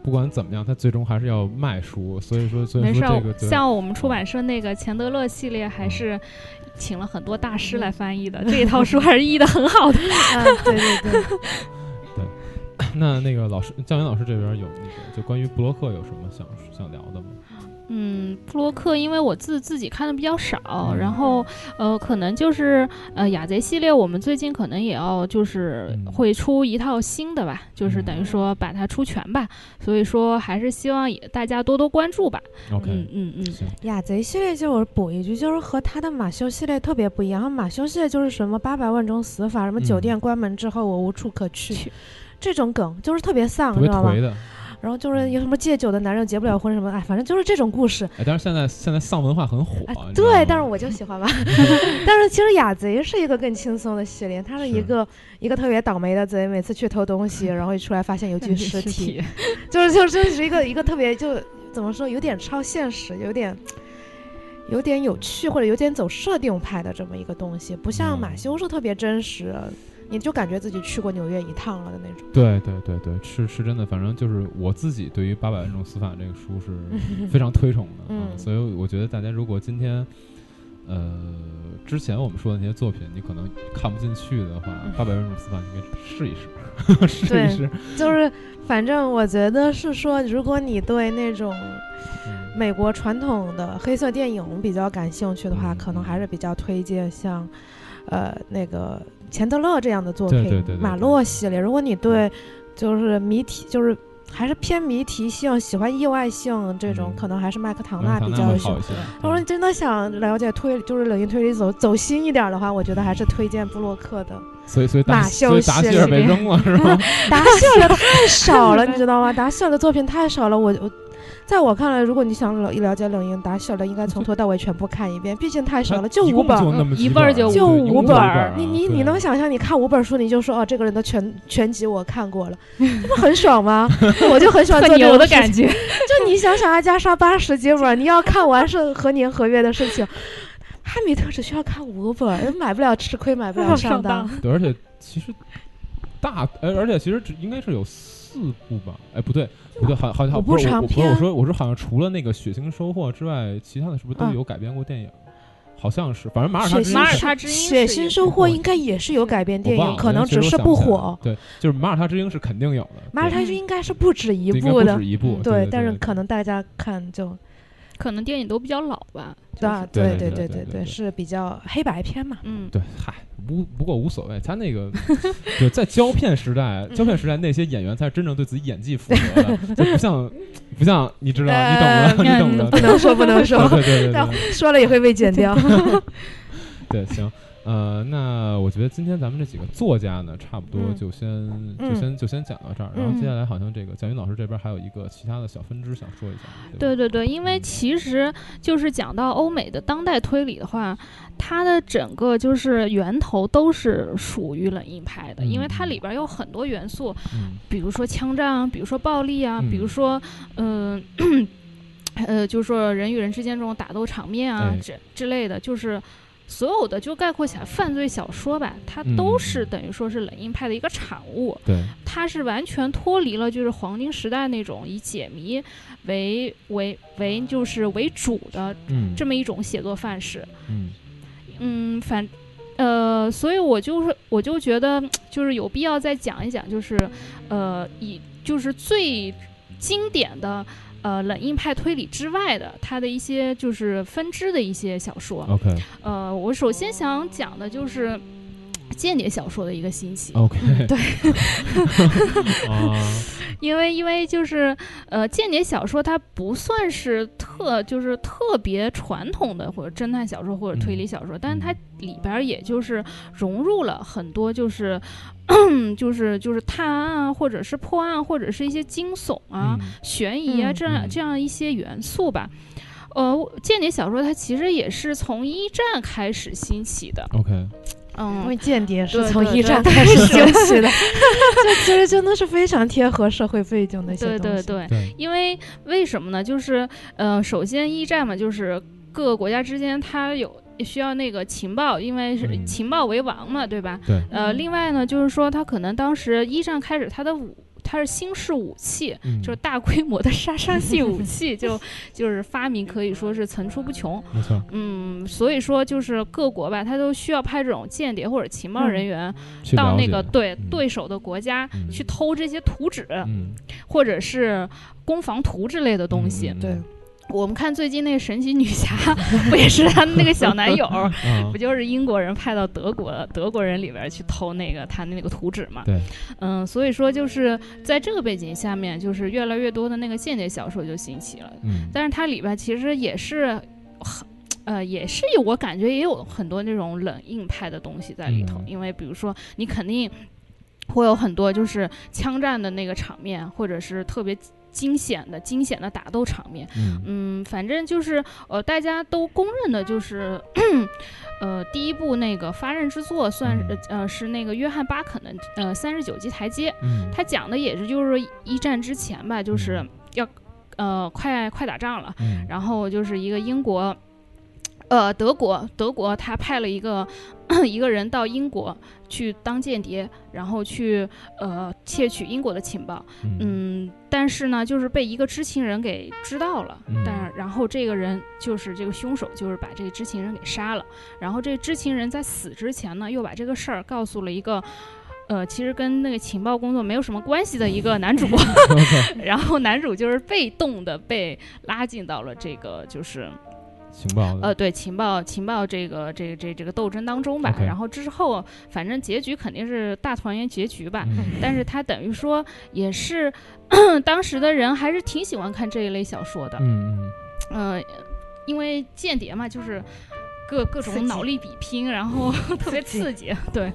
S1: 不管怎么样，它最终还是要卖书，所以说所以
S3: 没事
S1: 说
S3: 儿
S1: 这个，嗯对
S3: 像我们出版社那个钱德勒系列，还是请了很多大师来翻 译的。这一套书还是译的很好的。
S2: 啊，对对对，
S1: 那那个老师教研老师这边有那个就关于布洛克有什么想想聊的吗？
S3: 嗯，布洛克，因为我自自己看的比较少，然后
S1: 嗯
S3: 呃，可能就是呃雅贼系列，我们最近可能也要就是
S1: 嗯
S3: 会出一套新的吧，就是
S1: 嗯
S3: 等于说把它出全吧。所以说还是希望也大家多多关注吧。
S1: OK，、
S3: 嗯嗯嗯，
S1: 行，
S2: 雅贼系列就我补一句，就是和他的马修系列特别不一样。马修系列就是什么八百万种死法，什么
S1: 嗯
S2: 酒店关门之后我无处可去，
S3: 去
S2: 这种梗就是特别丧，
S1: 特
S2: 你
S1: 别
S2: 知道吗
S1: 颓？的。
S2: 然后就是有什么戒酒的男人结不了婚什么的，哎，反正就是这种故事。
S1: 哎，但是现在现在丧文化很火
S2: 哎，
S1: 你，知道吗
S2: 对，但是我就喜欢吧。但是其实雅贼是一个更轻松的系列，他是一
S1: 是
S2: 个一个特别倒霉的贼，每次去偷东西，然后一出来发现有具尸
S3: 尸
S2: 体，，就是就是这是一个一个特别就怎么说，有点超现实，有点有点有趣，或者有点走设定派的这么一个东西，不像马
S1: 嗯
S2: 修是特别真实，你就感觉自己去过纽约一趟了的那种。
S1: 对对对对，是是真的，反正就是我自己对于《八百万种死法》这个书 是非常推崇的，啊
S2: 嗯
S1: 所以我觉得大家如果今天，呃，之前我们说的那些作品，你可能看不进去的话，
S2: 嗯
S1: 八百万种死法》你可以试一 试，试一
S2: 对
S1: 试。
S2: 就是反正我觉得是说，如果你对那种
S1: 嗯
S2: 美国传统的黑色电影比较感兴趣的话，
S1: 嗯
S2: 可能还是比较推荐像，呃，那个钱德勒这样的作
S1: 对
S2: 品，
S1: 对对对嗯
S2: 马
S1: 对
S2: 洛系列。如果你对就是谜题，就是还是偏谜题性，喜欢意外性这种，
S1: 嗯
S2: 可能还是麦克唐
S1: 然
S2: 纳
S1: 后
S2: 比
S1: 唐纳
S2: 较
S1: 会
S2: 喜
S1: 好
S2: 欢
S1: 一。些。嗯
S2: 如果你真的想了解推，就是冷静推理走走心一点的话，我觉得还是推荐布洛克的。
S1: 所以所以达
S2: 马修
S1: 所以达
S2: 系
S1: 希尔被
S3: 列
S1: 扔了是吗？
S2: 达秀的太少 了，你知道吗？达秀的作品太少了，我我。在我看来，如果你想了了解冷硬达秀的，应该从头到尾全部看一遍，毕竟太 少了，就
S1: 一
S2: 五
S1: 共
S2: 本
S1: 就
S2: 儿。
S1: 那么
S3: 嗯
S1: 几
S3: 一本儿就
S1: 对
S2: 就
S1: 一共
S2: 五
S1: 五
S2: 本
S1: 本
S3: 儿
S1: 儿啊
S2: 你你你
S1: 对
S2: 能想象，你看五本书，你就说哦，这个人的全全集我看 过了，这不很爽吗？ 我就很喜欢
S3: 很
S2: 做这
S3: 牛
S2: 种
S3: 的
S2: 事情
S3: 感觉。
S2: 就你想想啊，加上八十几本儿，你要看完是何年何月的事情。哈米特只需要看五本儿，买不了吃亏，买不了上 当。
S1: 对，而且其实大，呃，而且其实只应该是有四部吧？哎，不对，不对，好好像
S2: 五
S1: 不
S2: 部
S1: 是我
S2: 长
S1: 我不是我
S2: 篇
S1: 说我说好像除了那个《血腥收获》之外，其他的是不是都
S2: 啊
S1: 有改编过电影？好像是，反正马耳他
S2: 血
S1: 之
S2: 腥
S1: 音
S3: 马耳
S1: 是
S3: 他之音
S2: 血
S3: 是
S2: 腥
S3: 一
S2: 收获应该也是有改编
S1: 我
S2: 电
S1: 忘
S2: 影，
S1: 了
S2: 可能
S1: 其实
S2: 只
S1: 我
S2: 是
S1: 想
S2: 不
S1: 起来了
S2: 火。
S1: 对，就是马耳他之音是肯定有的，
S2: 马尔
S1: 对
S2: 他就应该是不止一
S1: 应该
S2: 部
S1: 不
S2: 的，
S1: 止一部，
S3: 嗯
S1: 对，
S2: 但是可
S1: 能
S2: 能大家看就
S3: 可能电影都比较老吧。
S2: 啊，
S1: 对对对对
S2: 对对
S1: 对对
S2: 是比较黑白片 嘛。
S3: 嗯，
S1: 对，嗨，无不过无所谓，他那个就在胶片时 代，胶片时代那些演员才是真正对自己演技负责的，就不像不像你知道，
S2: 呃
S1: 你懂的，你懂的，
S3: 嗯
S2: 不
S1: 对
S2: 能说不能
S1: 对
S2: 说，
S1: 对 对对
S2: 但
S1: 对。
S2: 说了也会被 剪掉。
S1: 对，行，呃，那我觉得今天咱们这几个作家呢，差不多
S2: 嗯
S1: 就先、就
S2: 嗯
S1: 先就先讲到这儿，然后接
S2: 嗯
S1: 下来好像这个蒋云老师这边还有一个其他的小分支想说一下，
S3: 对
S1: 对吧
S3: 对对，因
S2: 嗯
S3: 为其实就是讲到欧美的当代推理的话，它的整个就是源头都是属于冷硬派的，因为它
S1: 嗯
S3: 里边有很多元素，
S1: 嗯
S3: 比如说枪战啊，比如说暴力啊，比如
S1: 嗯
S3: 说嗯。 呃，就是说人与人之间这种打斗场面啊，
S1: 哎
S3: 之之类的，就是所有的就概括起来，犯罪小说吧，它
S1: 嗯嗯
S3: 都是
S1: 嗯
S3: 等于说是冷硬派的一个产物。
S1: 对，
S3: 它是完全脱离了就是黄金时代那种以解谜为为为就是为主的
S1: 嗯，
S3: 这么一种写作范式。
S1: 嗯
S3: 嗯，反呃，所以我就是我就觉得就是有必要再讲一讲，就是呃以就是最经典的。呃，冷硬派推理之外的，它的一些就是分支的一些小说。
S1: ，OK
S3: 呃，我首先想讲的就是间谍小说的一个兴起。
S1: OK，
S3: 嗯对
S1: 啊，
S3: 因为因为就是呃，间谍小说它不算是特就是特别传统的或者侦探小说或者推
S1: 嗯
S3: 理小说，但是它里边儿也就是融入了很多就是。 就是就是探案啊，或者是破案，或者是一些惊悚啊、
S1: 嗯
S3: 悬疑啊，
S2: 嗯
S3: 这样
S1: 嗯
S3: 这样一些元素吧。呃，间谍小说它其实也是从一战开始兴起的。
S1: ，OK，
S3: 嗯
S2: 因，为间谍是
S3: 对
S2: 从
S3: 对
S2: 一
S3: 对
S2: 战开始兴起 的，这其实真的是非常贴合社会背景的一些
S3: 对
S2: 东
S3: 对
S2: 西。
S3: 对，
S1: 对，
S3: 因为为什么呢？就是呃，首先一战嘛，就是各个国家之间它有需要那个情报，因为是
S1: 嗯
S3: 情报为王嘛，对吧？
S1: 对
S3: 呃，
S2: 嗯
S3: 另外呢，就是说它可能当时一战开始，它的武它是新式武器，
S1: 嗯
S3: 就是大规模的杀伤 性武器，就就是发明可以说是层出不穷。
S1: 没错，
S3: 嗯，所以说就是各国吧，它都需要派这种间谍或者情报人
S1: 嗯
S3: 员
S1: 去
S3: 到
S1: 了
S3: 那
S1: 解
S3: 个对
S1: 嗯
S3: 对手的国家
S1: 嗯
S3: 去偷这些图纸
S1: 嗯
S3: 或者是攻防图之类的东西。
S1: 嗯嗯
S2: 对
S1: 嗯
S3: 我们看最近那个神奇女侠， 不也是她那个小 男友儿
S1: 啊
S3: 不就是英国人派到德国德国人里边儿去偷那个他那个图纸嘛？
S1: 对，
S3: 嗯，所以说就是在这个背景下面，就是越来越多的那个间谍小说就兴起了。
S1: 嗯
S3: 但是它里边其实也是很，呃，也是有我感觉也有很多那种冷硬派的东西在里头，
S1: 嗯
S3: 因为比如说你肯定会有很多就是枪战的那个场面，或者是特别惊险的惊险的打斗场面。
S1: 嗯
S3: 嗯，反正就是呃，大家都公认的就是， 呃，第一部那个《发刃之作》算是呃是那个约翰巴肯的呃三十九级台阶，
S1: 嗯，
S3: 他讲的也是就是一战之前吧，就是要呃快快打仗了，
S1: 嗯
S3: 然后就是一个英国。呃，德国，德国他派了一个 一个人到英国去当间谍，然后去呃窃取英国的情报，嗯，但是呢，就是被一个知情人给知道了，
S1: 嗯
S3: 但然后这个人就是这个凶手，就是把这个知情人给杀了。然后这个知情人在死之前呢，又把这个事儿告诉了一个，呃，其实跟那个情报工作没有什么关系的一个男主。 然后男主就是被动的被拉进到了这个就是
S1: 情报的
S3: 呃，对情报情报这个这个这个这个斗争当中吧。
S1: OK
S3: 然后之后反正结局肯定是大团圆结局吧。
S1: 嗯
S3: 但是他等于说也是 当时的人还是挺喜欢看这一类小说的，
S1: 嗯嗯
S3: 嗯、因为间谍嘛，就是各各
S2: 刺
S3: 种
S2: 激
S3: 脑力比拼，然后 特别刺激，对。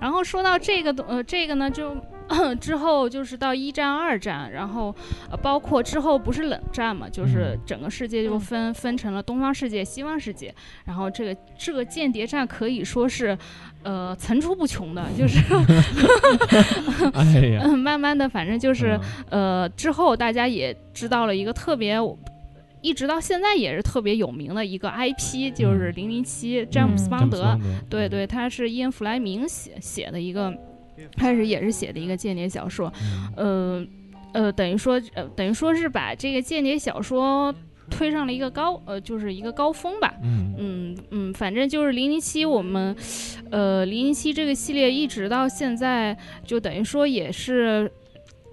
S3: 然后说到这个东呃这个呢，就 之后就是到一战、二战，然后、呃、包括之后不是冷战嘛，就是
S1: 嗯
S3: 整个世界就
S2: 嗯
S3: 分、分成了东方世界、西方世界，然后这个这个间谍战可以说是呃层出不穷的，就是
S1: 嗯，哎呀，
S3: 慢慢的，反正 就是。
S1: 嗯
S3: 呃，之后大家也知道了一个特别，一直到现在也是特别有名的一个 IP，就是零零七詹姆斯
S2: 嗯
S3: 邦
S1: 詹姆
S3: 德。
S1: 斯邦德，
S3: 对对，他是伊恩·弗莱明写写的一个，开始也是写的一个间谍小说。
S1: 嗯，
S3: 呃呃，等于说呃等于说是把这个间谍小说推上了一个高呃就是一个高峰吧。
S1: 嗯嗯
S3: 嗯嗯，反正就是零零七，我们，呃，零零七这个系列一直到现在，就等于说也是，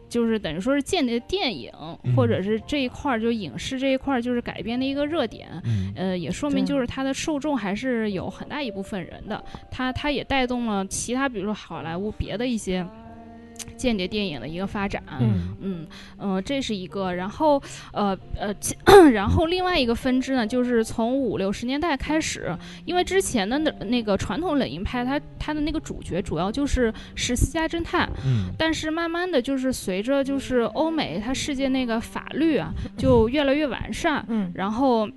S3: 就是等于说是间谍电影，或者是这一块儿就影视这一块儿就是改编的一个热点。
S1: 嗯
S3: 呃，也说明
S2: 对
S3: 就是它的受众还是有很大一部分人的，它它也带动了其他，比如说好莱坞别的一些间谍电影的一个发展。
S1: 嗯
S3: 嗯呃，这是一个，然后呃呃，其 然后另外一个分支呢，就是从五六十年代开始，因为之前的那那个传统冷硬派，它它的那个主角主要就是是私家侦探，
S1: 嗯
S3: 但是慢慢的就是随着就是欧美它世界那个法律啊，就越来越完善，
S2: 嗯
S3: 然后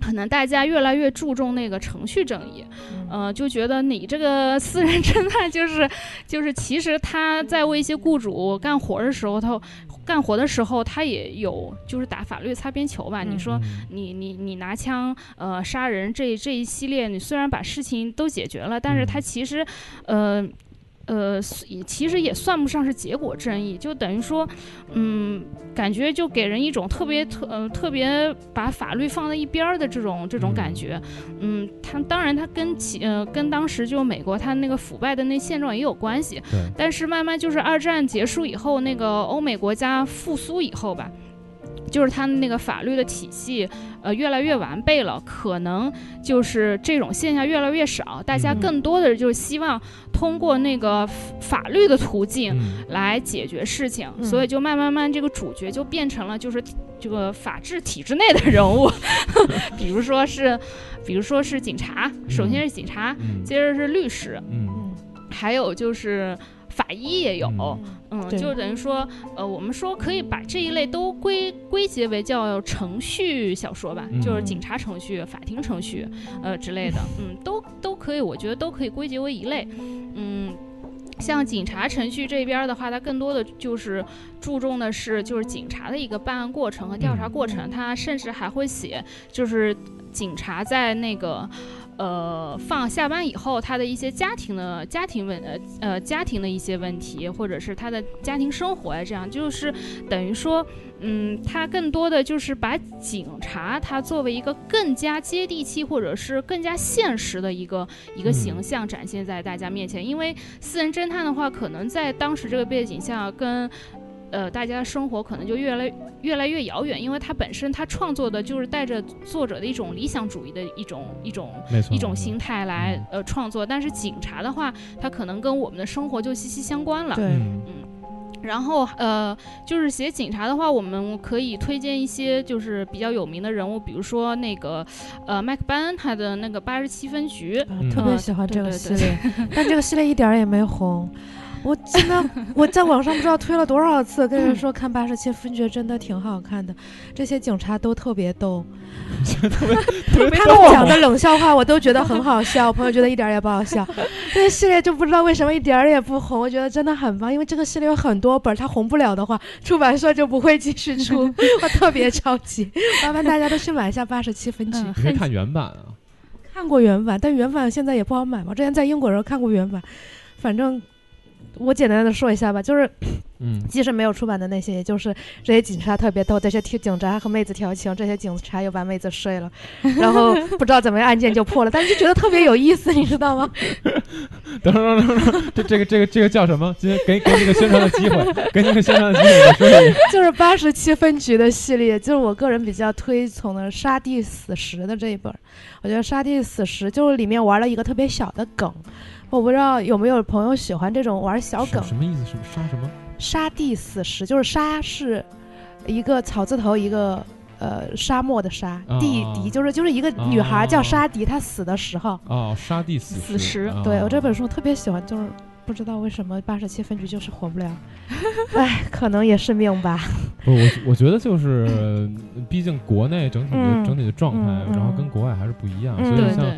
S3: 可能大家越来越注重那个程序正义，
S2: 嗯
S3: 呃，就觉得你这个私人侦探就是就是，其实他在为一些雇主干活的时候，他干活的时候他也有就是打法律擦边球吧？你
S2: 嗯
S3: 说
S1: 嗯
S3: 你你你拿枪呃杀人这这一系列，你虽然把事情都解决了，但是他
S1: 嗯
S3: 其实呃。呃，也其实也算不上是结果正义，就等于说，嗯，感觉就给人一种特别特呃特别把法律放在一边儿的这种这种感
S1: 嗯
S3: 觉。嗯，它当然它跟其呃跟当时就美国它那个腐败的那现状也有关系，
S1: 对，
S3: 但是慢慢就是二战结束以后，那个欧美国家复苏以后吧。就是它那个法律的体系，呃，越来越完备了，可能就是这种现象越来越少，大家
S1: 嗯
S3: 更多的就是希望通过那个法律的途径，
S1: 嗯
S3: 来解决事情，
S2: 嗯
S3: 所以就慢慢慢这个主角就变成了就是这个法治体制内的人物， 比如说是，比如说是警察，首先是警察，
S1: 嗯
S3: 接着是律师，
S1: 嗯
S2: 嗯
S3: 还有就是法医也有，
S1: 嗯
S2: 嗯
S3: 嗯，
S2: 对
S3: 就等于说，呃，我们说可以把这一类都归归结为叫程序小说吧，
S1: 嗯
S3: 就是警察程序、法庭程序，呃之类的，嗯，都都可以，我觉得都可以归结为一类，嗯。像警察程序这边儿的话，它更多的就是注重的是就是警察的一个办案过
S1: 嗯
S3: 程和调查过程，它甚至还会写就是警察在那个呃，放下班以后，他的一些家庭的家庭问呃呃家庭的一些问题，或者是他的家庭生活呀，这样就是等于说，嗯，他更多的就是把警察他作为一个更加接地气或者是更加现实的一个一个形象展现在大家面前。因为私人侦探的话，可能在当时这个背景下跟。呃，大家的生活可能就越来越来越遥远，因为他本身他创作的就是带着作者的一种理想主义的一种一种
S1: 没错，
S3: 一种
S1: 没错
S3: 心态来
S1: 嗯
S3: 呃创作。但是警察的话，他可能跟我们的生活就息息相关了。
S2: 对，
S1: 嗯
S3: 然后呃，就是写警察的话，我们可以推荐一些就是比较有名的人物，比如说那个呃麦克班恩他的那个八十七分局，
S2: 啊
S1: 嗯
S2: 特别
S3: 嗯
S2: 喜欢
S3: 对
S2: 这个
S3: 对
S2: 系
S3: 对
S2: 列， 但这个系列一点儿也没红。我真的我在网上不知道推了多少次，跟人
S3: 嗯
S2: 说看八十七分局真的挺好看的，这些警察都特别 逗，
S1: 特别
S2: 他
S1: 逗
S2: 们讲的冷笑话我都觉得很好笑，我朋友觉得一点儿也不好笑。这个系列就不知道为什么一点儿也不红，我觉得真的很棒，因为这个系列有很多本儿，它红不了的话，出版社就不会继续出。 我特别着急，麻烦大家都去买一下八十七分局。
S3: 嗯，
S1: 你是
S3: 很
S1: 看原版啊？
S2: 看过原版，但原版现在也不好买嘛。我之前在英国的时候看过原版，反正我简单的说一下吧，就是
S1: 嗯，
S2: 即使没有出版的那些，也就是这些警察特别逗，这些替警察和妹子调情，这些警察又把妹子睡了，然后不知道怎么样案件就破了，但是就觉得特别有意思，你知道吗？
S1: 等会儿等会儿等会儿，这这个这个这个叫什么？今天给给你个宣传的机会，给你个宣传的机会，你说一下。
S2: 就是八十七分局的系列，就是我个人比较推崇的《沙地死石》的这一本儿。我觉得《沙地死石》就是里面玩了一个特别小的梗，我不知道有没有朋友喜欢这种玩小
S1: 什
S2: 梗。
S1: 什么意思？什么杀什么？
S2: 沙地死石，就是沙是一个草字头一个呃沙漠的沙，
S1: 哦
S2: 地迪就是就是一个女孩叫
S1: 哦
S2: 沙迪，她死的时候。
S1: 哦，杀地死
S3: 死
S1: 尸
S3: 尸
S1: 啊
S2: 对我这本书特别喜欢，就是不知道为什么八十七分局就是 火不了，哎，可能也是命吧。
S1: 不，我我觉得就是，呃毕竟国内整体的、
S2: 嗯
S1: 整体的状态，
S2: 嗯嗯
S1: 然后跟国外还是不一样，
S2: 嗯
S1: 所
S3: 对
S1: 以
S2: 对
S1: 像
S3: 对，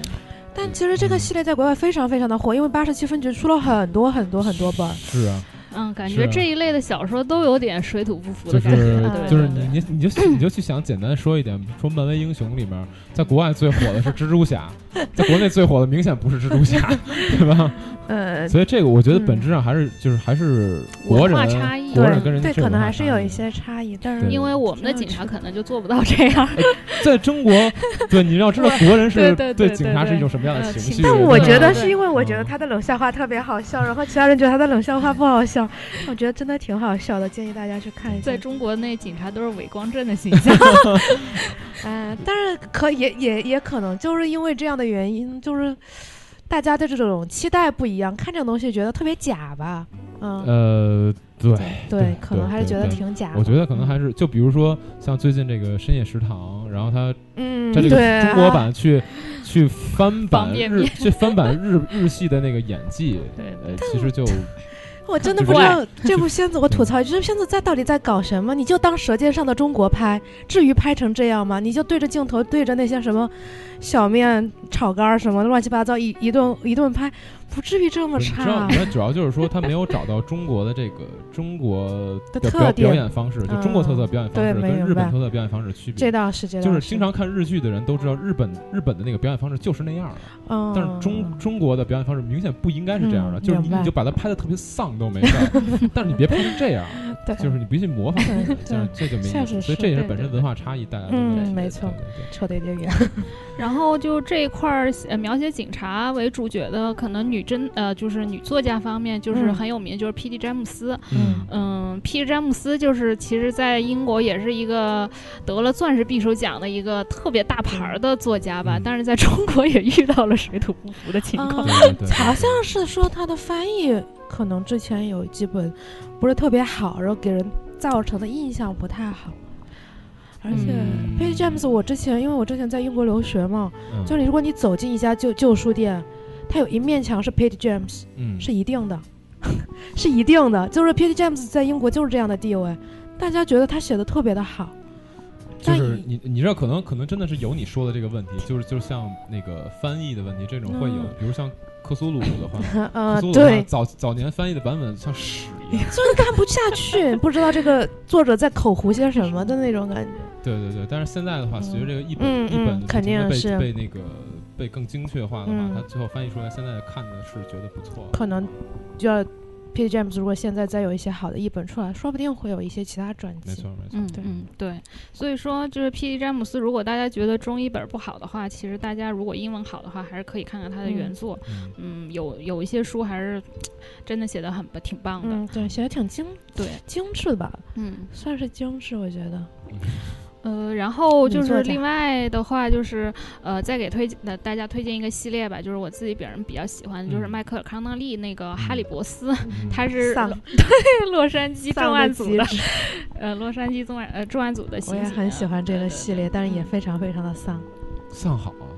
S2: 但其实这个系列在国外非常非常的火，因为八十七分局出了很多很多很多本儿。
S1: 是啊，
S3: 嗯，感
S1: 是
S3: 觉
S1: 啊
S3: 这一类的小说都有点水土不服
S1: 就
S3: 的感觉，
S1: 是
S3: 对
S1: 就是
S3: 对对
S1: 你你你就你就去想简单说一点，说漫威英雄里面，在国外最火的是蜘蛛侠，在国内最火的明显不是蜘蛛侠， 对吧？
S2: 呃，
S1: 所以这个我觉得本质上还是、就是还是国
S3: 文
S1: 人
S3: 化差异
S1: 国人
S2: 对
S1: 跟人
S2: 对，
S1: 是
S2: 可能
S1: 文化
S2: 还是
S1: 差
S2: 有
S1: 异
S2: 一
S1: 的
S2: 些差异，但
S1: 啊对
S2: 是
S3: 因为我们的
S2: 这
S3: 警
S2: 样
S3: 察
S2: 是
S3: 可能就做不到这样。
S1: 在中国，对你要知道国人是
S3: 对对对
S1: 警察
S3: 对
S1: 是一种什么样的
S3: 呃
S1: 情
S3: 情
S1: 绪，
S2: 但
S3: 对
S2: 我
S1: 对
S2: 觉得
S1: 吧
S2: 是因为我觉
S1: 嗯
S2: 得他的冷笑话特别好笑，然后其他人觉得他的冷笑话不好 笑，我觉得真的挺好笑的，建议大家去看一下
S3: 在。中国内，警察都是伪光正的形 象。呃
S2: 哎，但是可也也也可能就是因为这样的原因，就是大家的这种期待不一样，看这种东西觉得特别假吧，嗯，
S1: 呃，对，对
S2: 对，可能
S1: 对
S2: 还是
S1: 对
S2: 觉得
S1: 对
S2: 挺假的。
S1: 我觉得可
S3: 嗯
S1: 能还是就比如说像最近这个深夜食堂，然后他
S2: 嗯，
S1: 在这
S2: 对
S1: 个中国
S2: 啊
S1: 版去去翻版
S3: 方便
S1: 日
S3: 面
S1: 去翻版日日系的那个演技，
S3: 对
S1: 呃，其实就
S2: 我真的不知道这部片子，我吐槽，这部片子在到底在搞什么？你就当《舌尖上的中国》拍，至于拍成这样吗？你就对着镜头，对着那些什么小面、炒肝儿什么乱七八糟一一顿一顿拍，不至于这么
S1: 你知道，
S2: 差。啊
S1: 那主要就是说他没有找到中国的这个中国
S2: 的
S1: 的
S2: 特
S1: 表表
S2: 点
S1: 演方式，就中国特色表演方式
S2: 嗯对没
S1: 跟日
S2: 明
S1: 本
S2: 白
S1: 特色表演方式的区
S2: 这
S1: 别。
S2: 倒是，这倒
S1: 就是经常看日剧的人都知道，日本日本的那个表演方式就是那样的，
S2: 嗯，
S1: 但是中中国的表演方式明显不应该是这样的，
S2: 嗯
S1: 就是你
S2: 明白
S1: 你就把它拍的特别丧都没事儿， 但是你别拍成这样，
S2: 对
S1: 就是你必须模仿
S2: 对
S1: 人家，
S2: 对
S1: 这样这就没
S2: 确
S1: 意思。
S2: 实
S1: 所以
S2: 是
S1: 这也是
S3: 对
S1: 本身
S3: 对
S1: 文化差异带来的
S2: 嗯
S1: 问题。
S2: 没
S1: 对
S2: 错
S1: 对对
S2: 扯得有点远。
S3: 然后就这一块儿，呃，描写警察为主角的，可能女侦呃，就是女作家方面，就是
S2: 嗯
S3: 很有名，就是 P.D. 詹姆斯。
S1: 嗯，
S3: 嗯，P.D. 詹姆斯就是其实在英国也是一个得了钻石匕首奖的一个特别大牌儿的作家吧，
S1: 嗯啊
S3: 但是在中国也遇到了水土不服的情况。
S2: 嗯
S1: 对对对，
S2: 好像是说他的翻译可能之前有几本不是特别好，然后给人造成的印象不太好。而且
S1: 嗯
S2: p a g e James，我之前因为我之前在英国留学嘛，
S1: 嗯
S2: 就是如果你走进一家旧旧书店，它有一面墙是 Page James，
S1: 嗯
S2: 是一定的， 是一定的，就是 Page James 在英国就是这样的地位，大家觉得他写的特别 的好，
S1: 就是
S2: 但
S1: 你，你知道，可能可能真的是有你说的这个问题，就是就像那个翻译的问题，这种会有，
S2: 嗯
S1: 比如像克苏鲁的话，
S2: 呃
S1: 克，苏鲁的话
S2: 对，
S1: 早早年翻译的版本像屎一样，
S2: 就是看不下去，不知道这个作者在口胡些什么的那种感觉。
S1: 对对对。但是现在的话，随着这个译本、
S2: 嗯
S1: 译本
S2: 嗯
S1: 不停地
S2: 肯定是
S1: 被被那个被更精确化的话，
S2: 嗯
S1: 它最后翻译出来，现在看的是觉得不错的。
S2: 可能就要 P. James 如果现在再有一些好的译本出来，说不定会有一些其他转
S1: 没
S2: 机。
S1: 错，没错。
S3: 嗯
S2: 对
S3: 嗯对，所以说就是 P.D. 詹姆斯，如果大家觉得中译本不好的话，其实大家如果英文好的话，还是可以看看他的原
S2: 嗯
S3: 作。
S1: 嗯
S3: 嗯，有有一些书还是真的写的很不挺棒的。
S2: 嗯，对，写的挺精
S3: 对，
S2: 精致的吧，
S3: 嗯
S2: 算是精致，我觉得。
S3: 呃，然后
S2: 女
S3: 就
S2: 作
S3: 是
S2: 家
S3: 另外的话就是呃，再给推那大家推荐一个系列吧，就是我自己本人比较喜欢的，就是
S1: 嗯
S3: 迈克尔康纳利那个《哈
S1: 嗯
S3: 利波斯》，
S1: 嗯
S3: 他是
S2: 丧
S3: 洛 对洛杉矶重案组的，呃，洛杉矶重案呃重案组的。啊
S2: 我也很喜欢这个系列，但是也
S3: 嗯
S2: 非常非常的丧。
S1: 丧好，啊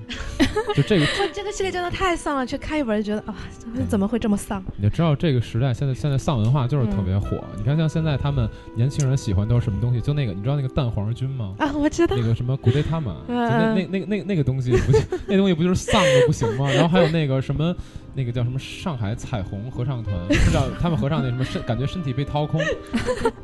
S1: 就 这个
S2: 哇，这个系列真的太丧了，去看一本就觉得啊，
S1: 嗯
S2: 怎么会这么丧？
S1: 你就知道这个时代现在现在丧文化就是特
S2: 嗯
S1: 别火。你看像现在他们年轻人喜欢都是什么东西？就那个你知道那个蛋黄菌吗？
S2: 啊，我知道
S1: 那，个什么古代他们，就那
S2: 嗯
S1: 那那那那个东西不就那东西不就是丧的不行 吗？然后还有那个什么那个叫什么上海彩虹合唱团，不知道他们合唱那什么身感觉身体被掏 空，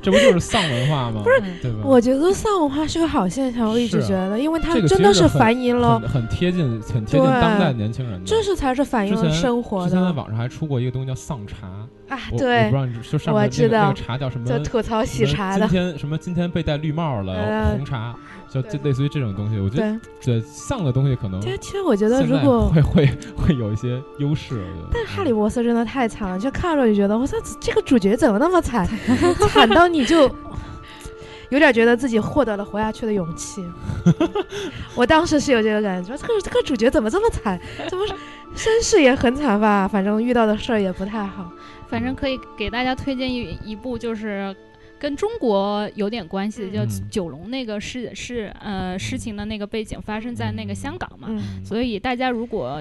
S1: 这不就是丧文化吗？不是，
S2: 嗯
S1: 对吧？
S2: 我觉得丧文化是个好现象，我一
S1: 嗯
S2: 直
S1: 是啊
S2: 觉得，因为它
S1: 这个
S2: 真
S1: 其
S2: 的
S1: 实
S2: 是
S1: 很
S2: 反映了
S1: 很，很贴近很贴近
S2: 对
S1: 当代年轻人的。
S2: 这是才是反映
S1: 之
S2: 了
S1: 前
S2: 生活
S1: 之前在
S2: 的
S1: 网上还出过一个东西叫丧茶，
S2: 啊，
S1: 我我不
S2: 对
S1: 知，道你就上面
S2: 我
S1: 那
S2: 知
S1: 个那
S2: 道
S1: 个茶叫什么
S2: 就吐槽喜
S1: 什么
S2: 茶的，
S1: 今天什么今天被戴绿帽了，
S2: 呃
S1: 红茶，就
S2: 对
S1: 就类似于这种东西。我觉得这
S2: 对。
S1: 丧的东西可能嗯
S2: 其
S1: 现
S2: 实，其实我觉得，
S1: 在
S2: 如果
S1: 会会会有一些优势。我觉得嗯
S2: 但哈利波斯真的太惨了，就看着就觉得，我操，这个主角怎么那么惨， 惨到你就有点觉得自己获得了活下去的勇气。 我当时是有这个感觉，这个这个主角怎么这么惨？怎么是身世也很惨吧？反正遇到的事儿也不太好。
S3: 反正可以给大家推荐一一部就是。跟中国有点关系的，叫
S1: 嗯
S3: 九龙那个事事呃事情的那个背景发生在那个香港嘛，
S2: 嗯，
S1: 嗯
S3: 所以大家如果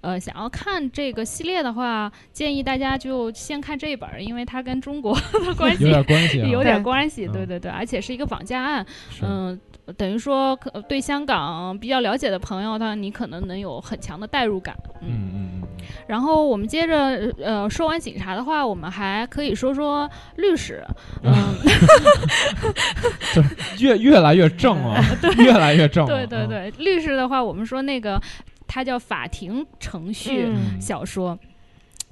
S3: 呃想要看这个系列的话，建议大家就先看这一本儿，因为它跟中国 的关
S1: 有
S3: 系
S1: 点关系啊，
S3: 有点关系，
S1: 嗯
S3: 对对对，而且是一个绑架案，
S1: 是
S3: 嗯、等于说可呃对香港比较了解的朋友，他你可能能有很强的代入感，嗯。
S1: 嗯嗯嗯
S3: 然后我们接着呃说完警察的话，我们还可以说说律师， 嗯、
S1: 嗯，越越来越正了，
S2: 嗯
S1: 越来越正了。啊
S3: 对对对，律师的话，我们说那个它叫法庭程序。
S1: 嗯，嗯
S3: 小说。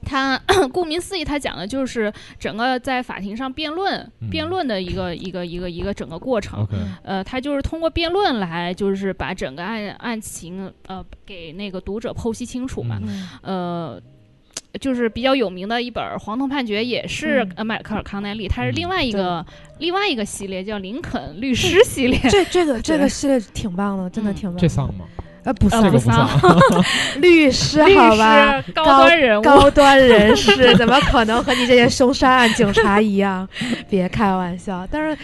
S3: 它 顾名思义，它讲的就是整个在法庭上辩论、
S1: 嗯
S3: 辩论的一个一个一个一个整个过程。
S1: OK，
S3: 呃，它就是通过辩论来，就是把整个案案情呃给那个读者剖析清楚嘛。
S2: 嗯
S3: 呃，就是比较有名的一本儿《黄铜判决》，也是
S2: 嗯
S3: 呃迈克尔康奈利，它是
S1: 嗯
S3: 另外一个、另外一个系列叫林肯律师系列。
S2: 这这个这
S3: 对
S2: 个系列挺棒的，真的
S3: 嗯
S2: 挺棒
S1: 这
S2: 的。
S1: 丧吗？
S2: 呃，不
S3: 呃
S1: 这
S2: 丧
S1: 个
S3: 不丧
S1: 丧，啊
S2: 律师
S3: 律
S2: 好吧？
S3: 师高端 人物，
S2: 高端人士怎么可能和你这些凶杀案警察一样？别开玩笑。但是，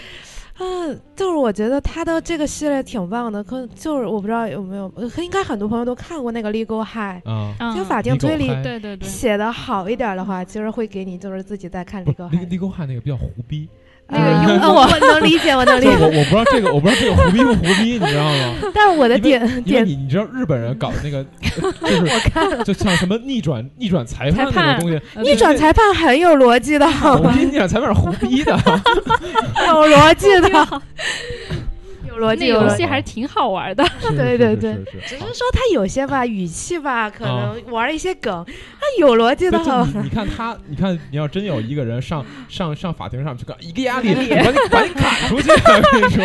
S2: 嗯，就是我觉得他的这个系列挺棒的，可就是我不知道有没有，可应该很多朋友都看过那个《Legal High
S1: 啊，
S3: 嗯》，
S2: 就法庭
S1: Legal
S2: 推理
S1: High
S3: 对对对，
S2: 写的好一点的话，其实会给你就是自己在看《
S1: 不是
S2: Legal
S1: 立
S2: High》
S1: 立沟汉那个比较胡逼，
S2: 呃。
S3: 那个幽默
S2: 啊我我能理解，我能理
S1: 就我
S2: 解。
S1: 我不知道这个我不知道这个胡逼不胡逼，你知道吗？
S2: 但是我的
S1: 因为
S2: 点
S1: 因为
S2: 点
S1: 你你知道日本人搞的那个，就是
S2: 我看了，
S1: 就像什么逆转逆转裁判那
S3: 裁判
S1: 种东西，
S3: 呃
S2: 逆转裁判很有逻辑的，好
S1: 我
S2: 吗？
S1: 逼逆转裁判是胡逼的，
S2: 有逻辑的， 有逻辑，
S3: 那
S2: 有
S3: 游
S2: 逻辑。
S3: 戏还是挺好玩的。
S1: 是
S2: 对对对，
S1: 是是是
S2: 只
S1: 是
S2: 是
S1: 好
S2: 说他有些吧，语气吧，可
S1: 啊
S2: 能玩一些梗，他有逻辑的
S1: 对就
S2: 好。
S1: 你你看他，你看你要真有一个人上上上法庭上去干一个压力，把你把你砍出去，我跟你说，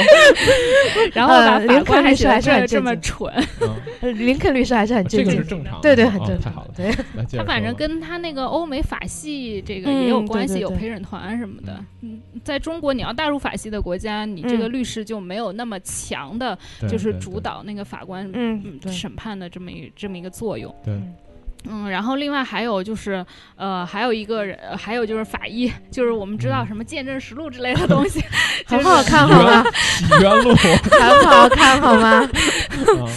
S3: 然后把
S2: 呃
S3: 法
S2: 林
S3: 官
S2: 肯
S3: 还
S2: 律
S3: 觉
S2: 师
S3: 得
S2: 还是
S3: 这
S2: 很
S3: 这么
S2: 震
S3: 蠢，
S1: 嗯
S2: 呃 林肯律师还 是很
S1: 这
S2: 正
S1: 个
S2: 经
S1: 是
S2: 的，
S1: 正常的，
S2: 对对，
S1: 啊
S2: 很正
S1: 太
S2: 常
S1: 好了，
S2: 对，
S1: 来接着
S3: 他
S1: 说
S3: 反正
S1: 吧
S3: 跟他那个欧美法系这个也有
S2: 嗯
S3: 关系，
S2: 对对
S3: 有
S2: 对
S3: 陪审团什么的。嗯，在中国你要带入法系的国家，你这
S2: 嗯
S3: 个律师就没有那么强的，
S1: 对
S3: 就是
S1: 对
S3: 主
S1: 对
S3: 导那个法官
S2: 嗯，
S3: 嗯
S2: 对，
S3: 审判的这么一这么一个作用。
S1: 对
S3: 嗯，然后另外还有就是，呃，还有一个人，呃还有就是法医，就是我们知道
S1: 嗯
S3: 什么见证实录之类的 东西，
S2: 很好看
S1: 起源
S2: 好吗？
S1: 起源路，
S2: 很好看好吗？ 嗯
S1: 啊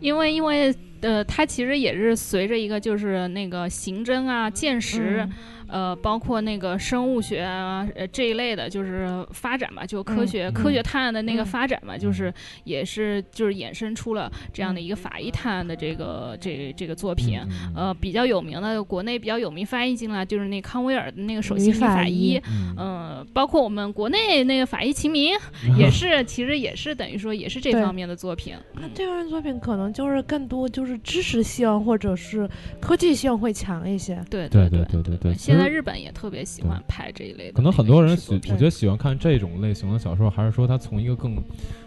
S3: 因为因为呃，它其实也是随着一个就是那个刑侦啊、鉴识。
S2: 嗯
S3: 呃，包括那个生物学啊，呃这一类的，就是发展吧，就科
S2: 嗯
S3: 学、
S1: 嗯
S3: 科学探案的那个
S2: 嗯
S3: 发展嘛，就是也是就是衍生出了这样的一个法医探案的这个这这个作品。
S1: 嗯嗯
S3: 呃，比较有名的，国内比较有名翻译进来就是那康威尔的那个首
S2: 女
S3: 席女
S2: 法
S3: 法医
S2: 医，
S1: 嗯
S3: 呃，包括我们国内那个法医 秦明，
S1: 嗯
S3: 也是，其实也是等于说也是这
S2: 对
S3: 方面的作品。嗯
S2: 这份作品可能就是更多就是就是知识性或者是科技性会强 一些。
S3: 对
S1: 对
S3: 对
S1: 对对对
S3: 现在
S1: 其实
S3: 日本也特别喜
S1: 对
S3: 欢拍这一类的，
S1: 可能很多人喜，
S3: 喜
S1: 我觉得喜欢看这种类型的小说，还是说他从一个更，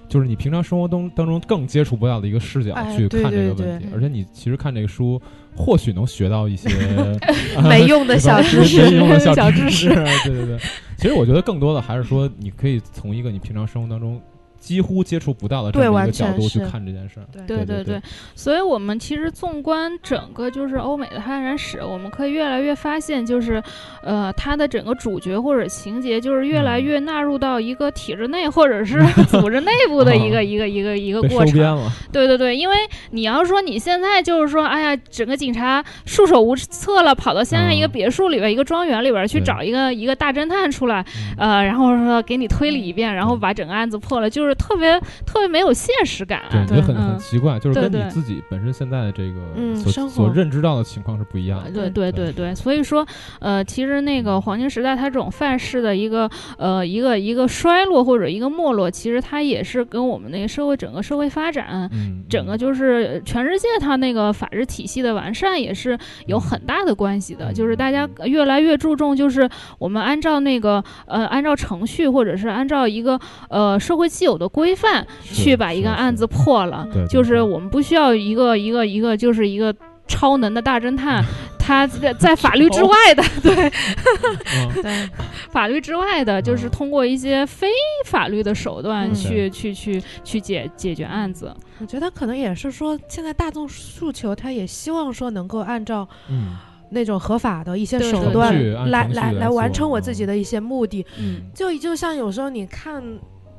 S1: 就是你平常生活当当中更接触不到的一个视角
S2: 哎
S1: 去
S2: 对
S1: 看这
S2: 对
S1: 个问题
S3: 对，
S1: 而且你其实看这个书，或许能学到一 些啊
S2: 没用的小知识
S1: 没用的
S2: 小
S1: 知
S2: 知
S1: 识
S2: 识，
S1: 对对对。其实我觉得更多的还是说，你可以从一个你平常生活当中几乎接触不到的这
S2: 对
S1: 么一
S2: 完
S1: 个角
S2: 全
S1: 度去
S2: 是
S1: 看这件事儿。
S2: 对
S3: 对
S1: 对对
S3: 对，所以我们其实纵观整个就是欧美的发展史，我们可以越来越发现，就是呃，它的整个主角或者情节，就是越来
S1: 嗯
S3: 越纳入到一个体制内或者 是组织内部的一个一个一个一个
S1: 嗯被
S3: 过
S1: 收
S3: 程。
S1: 编 了，
S3: 对对对，因为你要说你现在就是说，哎呀，整个警察束手无策了，跑到乡下一个
S1: 嗯
S3: 别墅里边、一个庄园里边去
S1: 对
S3: 找一个一个大侦探出来，
S1: 嗯
S2: 啊
S3: 呃，然后说给你推理一遍，然后把整个案子破了，就是特别特别没有现实感、
S1: 对，
S3: 啊
S1: 你。觉得很
S3: 嗯
S1: 很奇怪，就是
S3: 对
S1: 跟你
S3: 对
S1: 自己本身现在的这个
S2: 嗯
S1: 所
S2: 生
S1: 所
S2: 活嗯
S1: 认知到的情况是不一样的。
S3: 对
S2: 对
S3: 对对对，所以说，呃，其实那个黄金时代它这种范式的一个呃一个一个衰落或者一个没落，其实它也是跟我们那个社会整个社会发展。
S1: 嗯，
S3: 整个就是呃全世界，它那个法治体系的完善也是
S1: 嗯
S3: 有很大的关系的。就是大家呃越来越注重，就是我们按照那个呃，按照程序或者是按照一个呃社会既有的规范
S1: 是
S3: 去把一个
S1: 是
S3: 案
S1: 是
S3: 子破了。
S1: 对对
S3: 就是
S1: 对
S3: 我们不需要一个一个一个，就是一个超能的大 侦探，他在在法律之外的，对
S1: 嗯
S2: 对，
S3: 法律之外的，就是
S1: 嗯
S3: 通过一些非法律的手段
S2: 嗯
S3: 去、去去去解解决案子。
S2: 我觉得可能也是说，现在大众诉求，他也希望说能够按照
S1: 嗯
S2: 那种合法的一些
S3: 对
S2: 手
S3: 对
S2: 段
S1: 程序按
S2: 来
S1: 程序
S2: 来
S1: 来
S2: 来完
S1: 做
S2: 成我自己
S1: 嗯
S2: 的一些目的。
S3: 嗯，
S2: 就就像有时候你看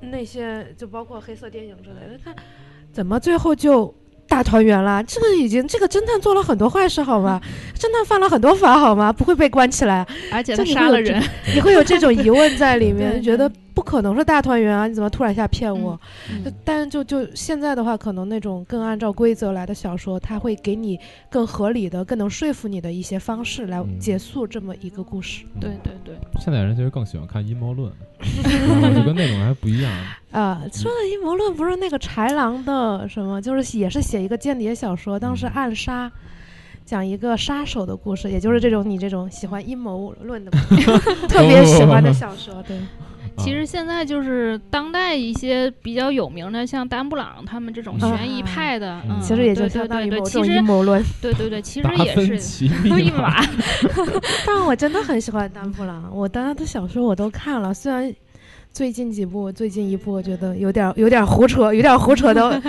S2: 那些，就包括黑色电影之类的，看怎么最后就大团圆啦？这个已经这个侦探做了很多坏事，好吗？侦探犯了很多法，好吗？不会被关起来，
S3: 而且
S2: 这
S3: 他
S2: 你会
S3: 杀
S2: 有
S3: 了
S2: 这
S3: 人，
S2: 你会有这种疑问在里 面，
S3: 对
S2: 就觉得不可能是大团圆啊！你怎么突然一下骗我？
S3: 嗯
S2: 但是就就现在的话，可能那种更按照规则来的小说，它会给你更合理的、更能说服你的一些方式来
S1: 嗯
S2: 结束这么一个故事。
S1: 嗯
S3: 对对对，
S1: 现在人其实更喜欢看阴谋 论，嗯就跟那种还不一样。
S2: 啊，说的阴谋论不是那个豺狼的什么，就是也是写一个间谍小说，当时
S1: 嗯
S2: 暗杀，讲一个杀手的故事，也就是这种你这种喜欢阴谋论的，特别喜欢的小说，对，
S3: 其
S1: 啊
S3: 实现在就是当代一些比较有名的，像丹布朗他们这种
S1: 嗯
S3: 悬疑派的，
S1: 嗯
S3: 嗯，
S2: 其实也就
S3: 对
S2: 相
S3: 对
S2: 当
S3: 对
S2: 于
S3: 对，
S2: 某
S3: 其
S2: 种阴
S3: 实
S2: 谋论。
S3: 对对对，其实
S1: 达芬
S3: 也是
S1: 奇密
S3: 一
S1: 码，
S3: 码，
S2: 但我真的很喜欢丹布 朗，我当他的小说我都看了，虽然。最近几部，最近一部我觉得有点有点胡扯，有点胡扯 的，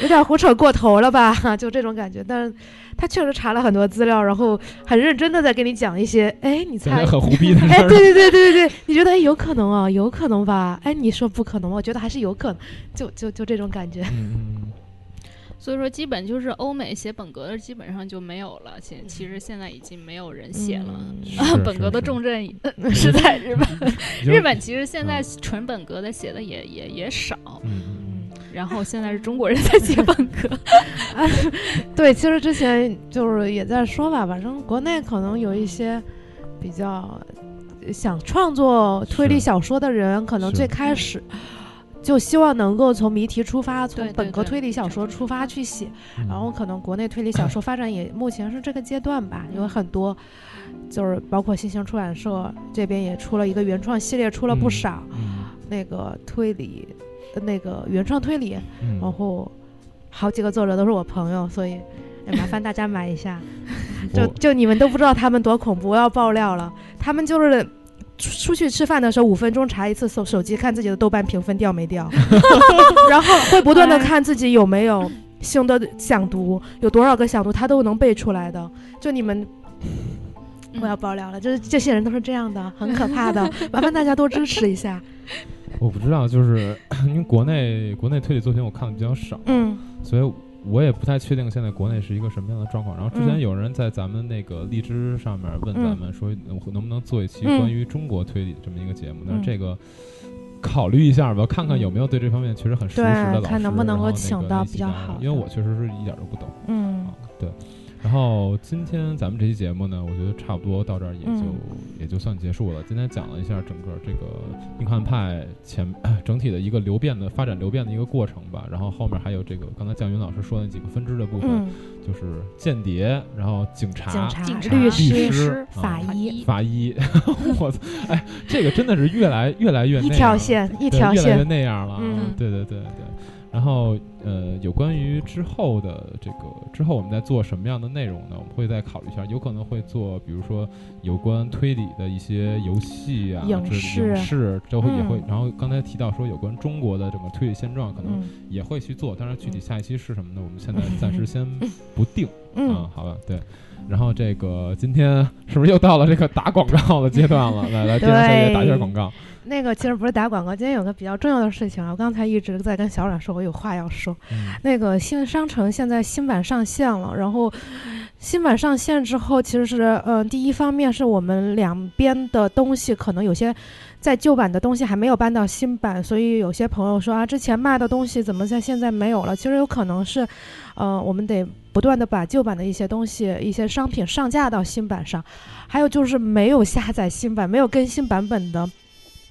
S2: 有点胡扯过头了吧， 就这种感觉。但是他确实查了很多资料，然后很认真的在给你讲一些，哎，你
S1: 感
S2: 猜
S1: 觉，很胡逼的事
S2: 哎，
S1: 儿。
S2: 对对对对对对，你觉得哎有可能啊，有可能吧？哎，你说不可能，我觉得还是有可能，就就就这种感觉。
S1: 嗯嗯
S3: 所以说，基本就是欧美写本格的基本上就没有了。现其实现在已经没有人写了。
S2: 嗯
S1: 嗯， 是
S3: 啊本格的
S1: 是
S3: 重 镇已是在日本，
S1: 已经
S3: 日本其实现在纯本格的写的也也也少，
S1: 嗯嗯嗯
S3: 然后现在是中国人在写本格，
S2: 对，其实之前就是也在说吧，反正国内可能有一些比较呃想创作推理
S1: 是
S2: 小说的人，可能
S1: 是
S2: 最开始就希望能够从谜题出发，从
S3: 对
S2: 本格
S3: 对
S2: 推理小说出发去写。
S1: 嗯
S2: 然后可能国内推理小说发展也 目前是这个阶段吧，
S3: 嗯
S2: 有很多就是包括新兴出版社这边也出了一个原创系列，出了不
S1: 嗯
S2: 少、
S1: 嗯
S2: 那个推理，呃那个原创推理。
S1: 嗯
S3: 哦
S2: 然后好几个作者都是我朋友，所以、哎、麻烦大家买 一下。就
S1: 我
S2: 就你们都不知道他们多恐怖，我要爆料了。他们就是出出去吃饭的时候，五分钟查一次手手机，看自己的豆瓣评分掉 没掉，然后会不断
S3: 哎
S2: 的看自己有没有新的想读，有多少个想读，他都能背出来的。就你们。
S3: 嗯
S2: 我要爆料了，就是这些人都是这样的，很可怕 的，麻烦大家多支持一下。
S1: 我不知道，就是因为国内国内推理作品我看的比较少，
S2: 嗯，
S1: 所以我也不太确定现在国内是一个什么样的状况。然后之前
S2: 嗯
S1: 有人在咱们那个荔枝上面问
S2: 嗯
S1: 咱们说，我能不能做一期
S2: 嗯
S1: 关于中国推理这么一个节目？但是
S2: 嗯
S1: 这个考虑一下吧，看看有没有对这方面确实很熟识的
S2: 对
S1: 老师，
S2: 看能不能
S1: 然后
S2: 够
S1: 那个
S2: 请到
S1: 一起
S2: 比较
S1: 聊聊
S2: 好
S1: 因为
S2: 的
S1: 我确实是一点儿都不懂
S2: 嗯
S1: 啊。对，然后今天咱们这期节目呢，我觉得差不多到这儿也就、
S2: 嗯
S1: 也就算结束了。今天讲了一下整个这个硬汉派前整体的一个流变的发展流变的一个过程吧，然后后面还有这个刚才降云老师说的那几个分支的部分，
S2: 嗯，
S1: 就是间谍，然后警察、
S2: 警察
S3: 警察、
S2: 律
S1: 律
S2: 师、
S1: 师啊嗯
S2: 法
S3: 法
S2: 医，
S3: 医，
S1: 法医， 我操，哎，这个真的是越来越来越
S2: 一
S1: 那
S2: 条
S1: 样
S2: 线一
S1: 对
S2: 条
S1: 越来越
S2: 线，
S1: 那样了啊。
S2: 嗯
S1: 对对对对。然后呃，有关于之后的这个之后我们在做什么样的内容呢？我们会再考虑一下，有可能会做，比如说有关推理的一些游戏啊，
S2: 影
S1: 这
S2: 视
S1: 影视都会也会。
S2: 嗯
S1: 然后刚才提到说有关中国的整个推理现状，可能
S2: 嗯
S1: 也会去做。当然，具体下一期是什么呢？我们 现在
S2: 嗯
S1: 暂时先不定。
S2: 嗯
S1: 嗯，，好吧，对。然后这个今天是不是又到了这个打广告的阶段了？来 来，电视小姐打一下广告。
S2: 那个其实不是打广告，今天有个比较重要的事情啊，我刚才一直在跟小阮说，我有话要说。
S1: 嗯
S2: 那个新商城现在新版上线了，然后新版上线之后，其实是呃，第一方面是我们两边的东西可能有些在旧版的东西还没有搬到新版，所以有些朋友说啊，之前卖的东西怎么在现在没有了？其实有可能是，呃，我们得不断的把旧版的一些东西、一些商品上架到新版上，还有就是没有下载新版、没有更新版本的。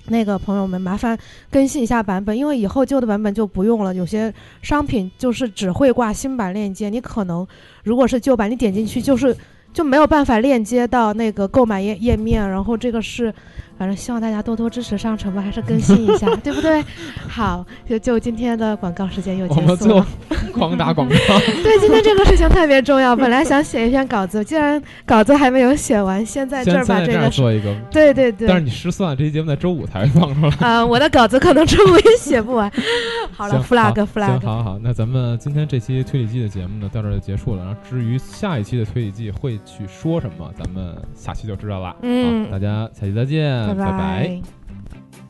S2: 那个朋友们，麻烦更新一下版本，因为以后旧的版本就不用了。有些商品就是只会挂新版链接，你可能如果是旧版，你点进去就是就没有办法链接到那个购买页页面。然后这个是，反正希望大家多多支持商城吧，还是更新 一下，对不对？好，就就今天的广告时间又
S1: 我们
S2: 结束
S1: 做
S2: 了。
S1: 疯狂打广告。
S2: 对，今天这个事情特别重要。本来想写一篇稿子，既然稿子还没有写完，先 在这
S1: 先
S2: 儿把
S1: 在
S2: 这
S1: 这儿
S2: 个事。
S1: 做一个，
S2: 对对对，
S1: 但是你失算了，这期节目在周五才放出来。
S2: 啊、我的稿子可能周五也写不完。 好了
S1: 行
S2: ，flag
S1: 行，
S2: flag，
S1: 好好，那咱们今天这期推理季的节目呢，到这儿就结束了。然后至于下一期的推理季会去说什么，咱们下期就知道了。
S2: 嗯
S1: 好大家下期再见，拜
S2: 拜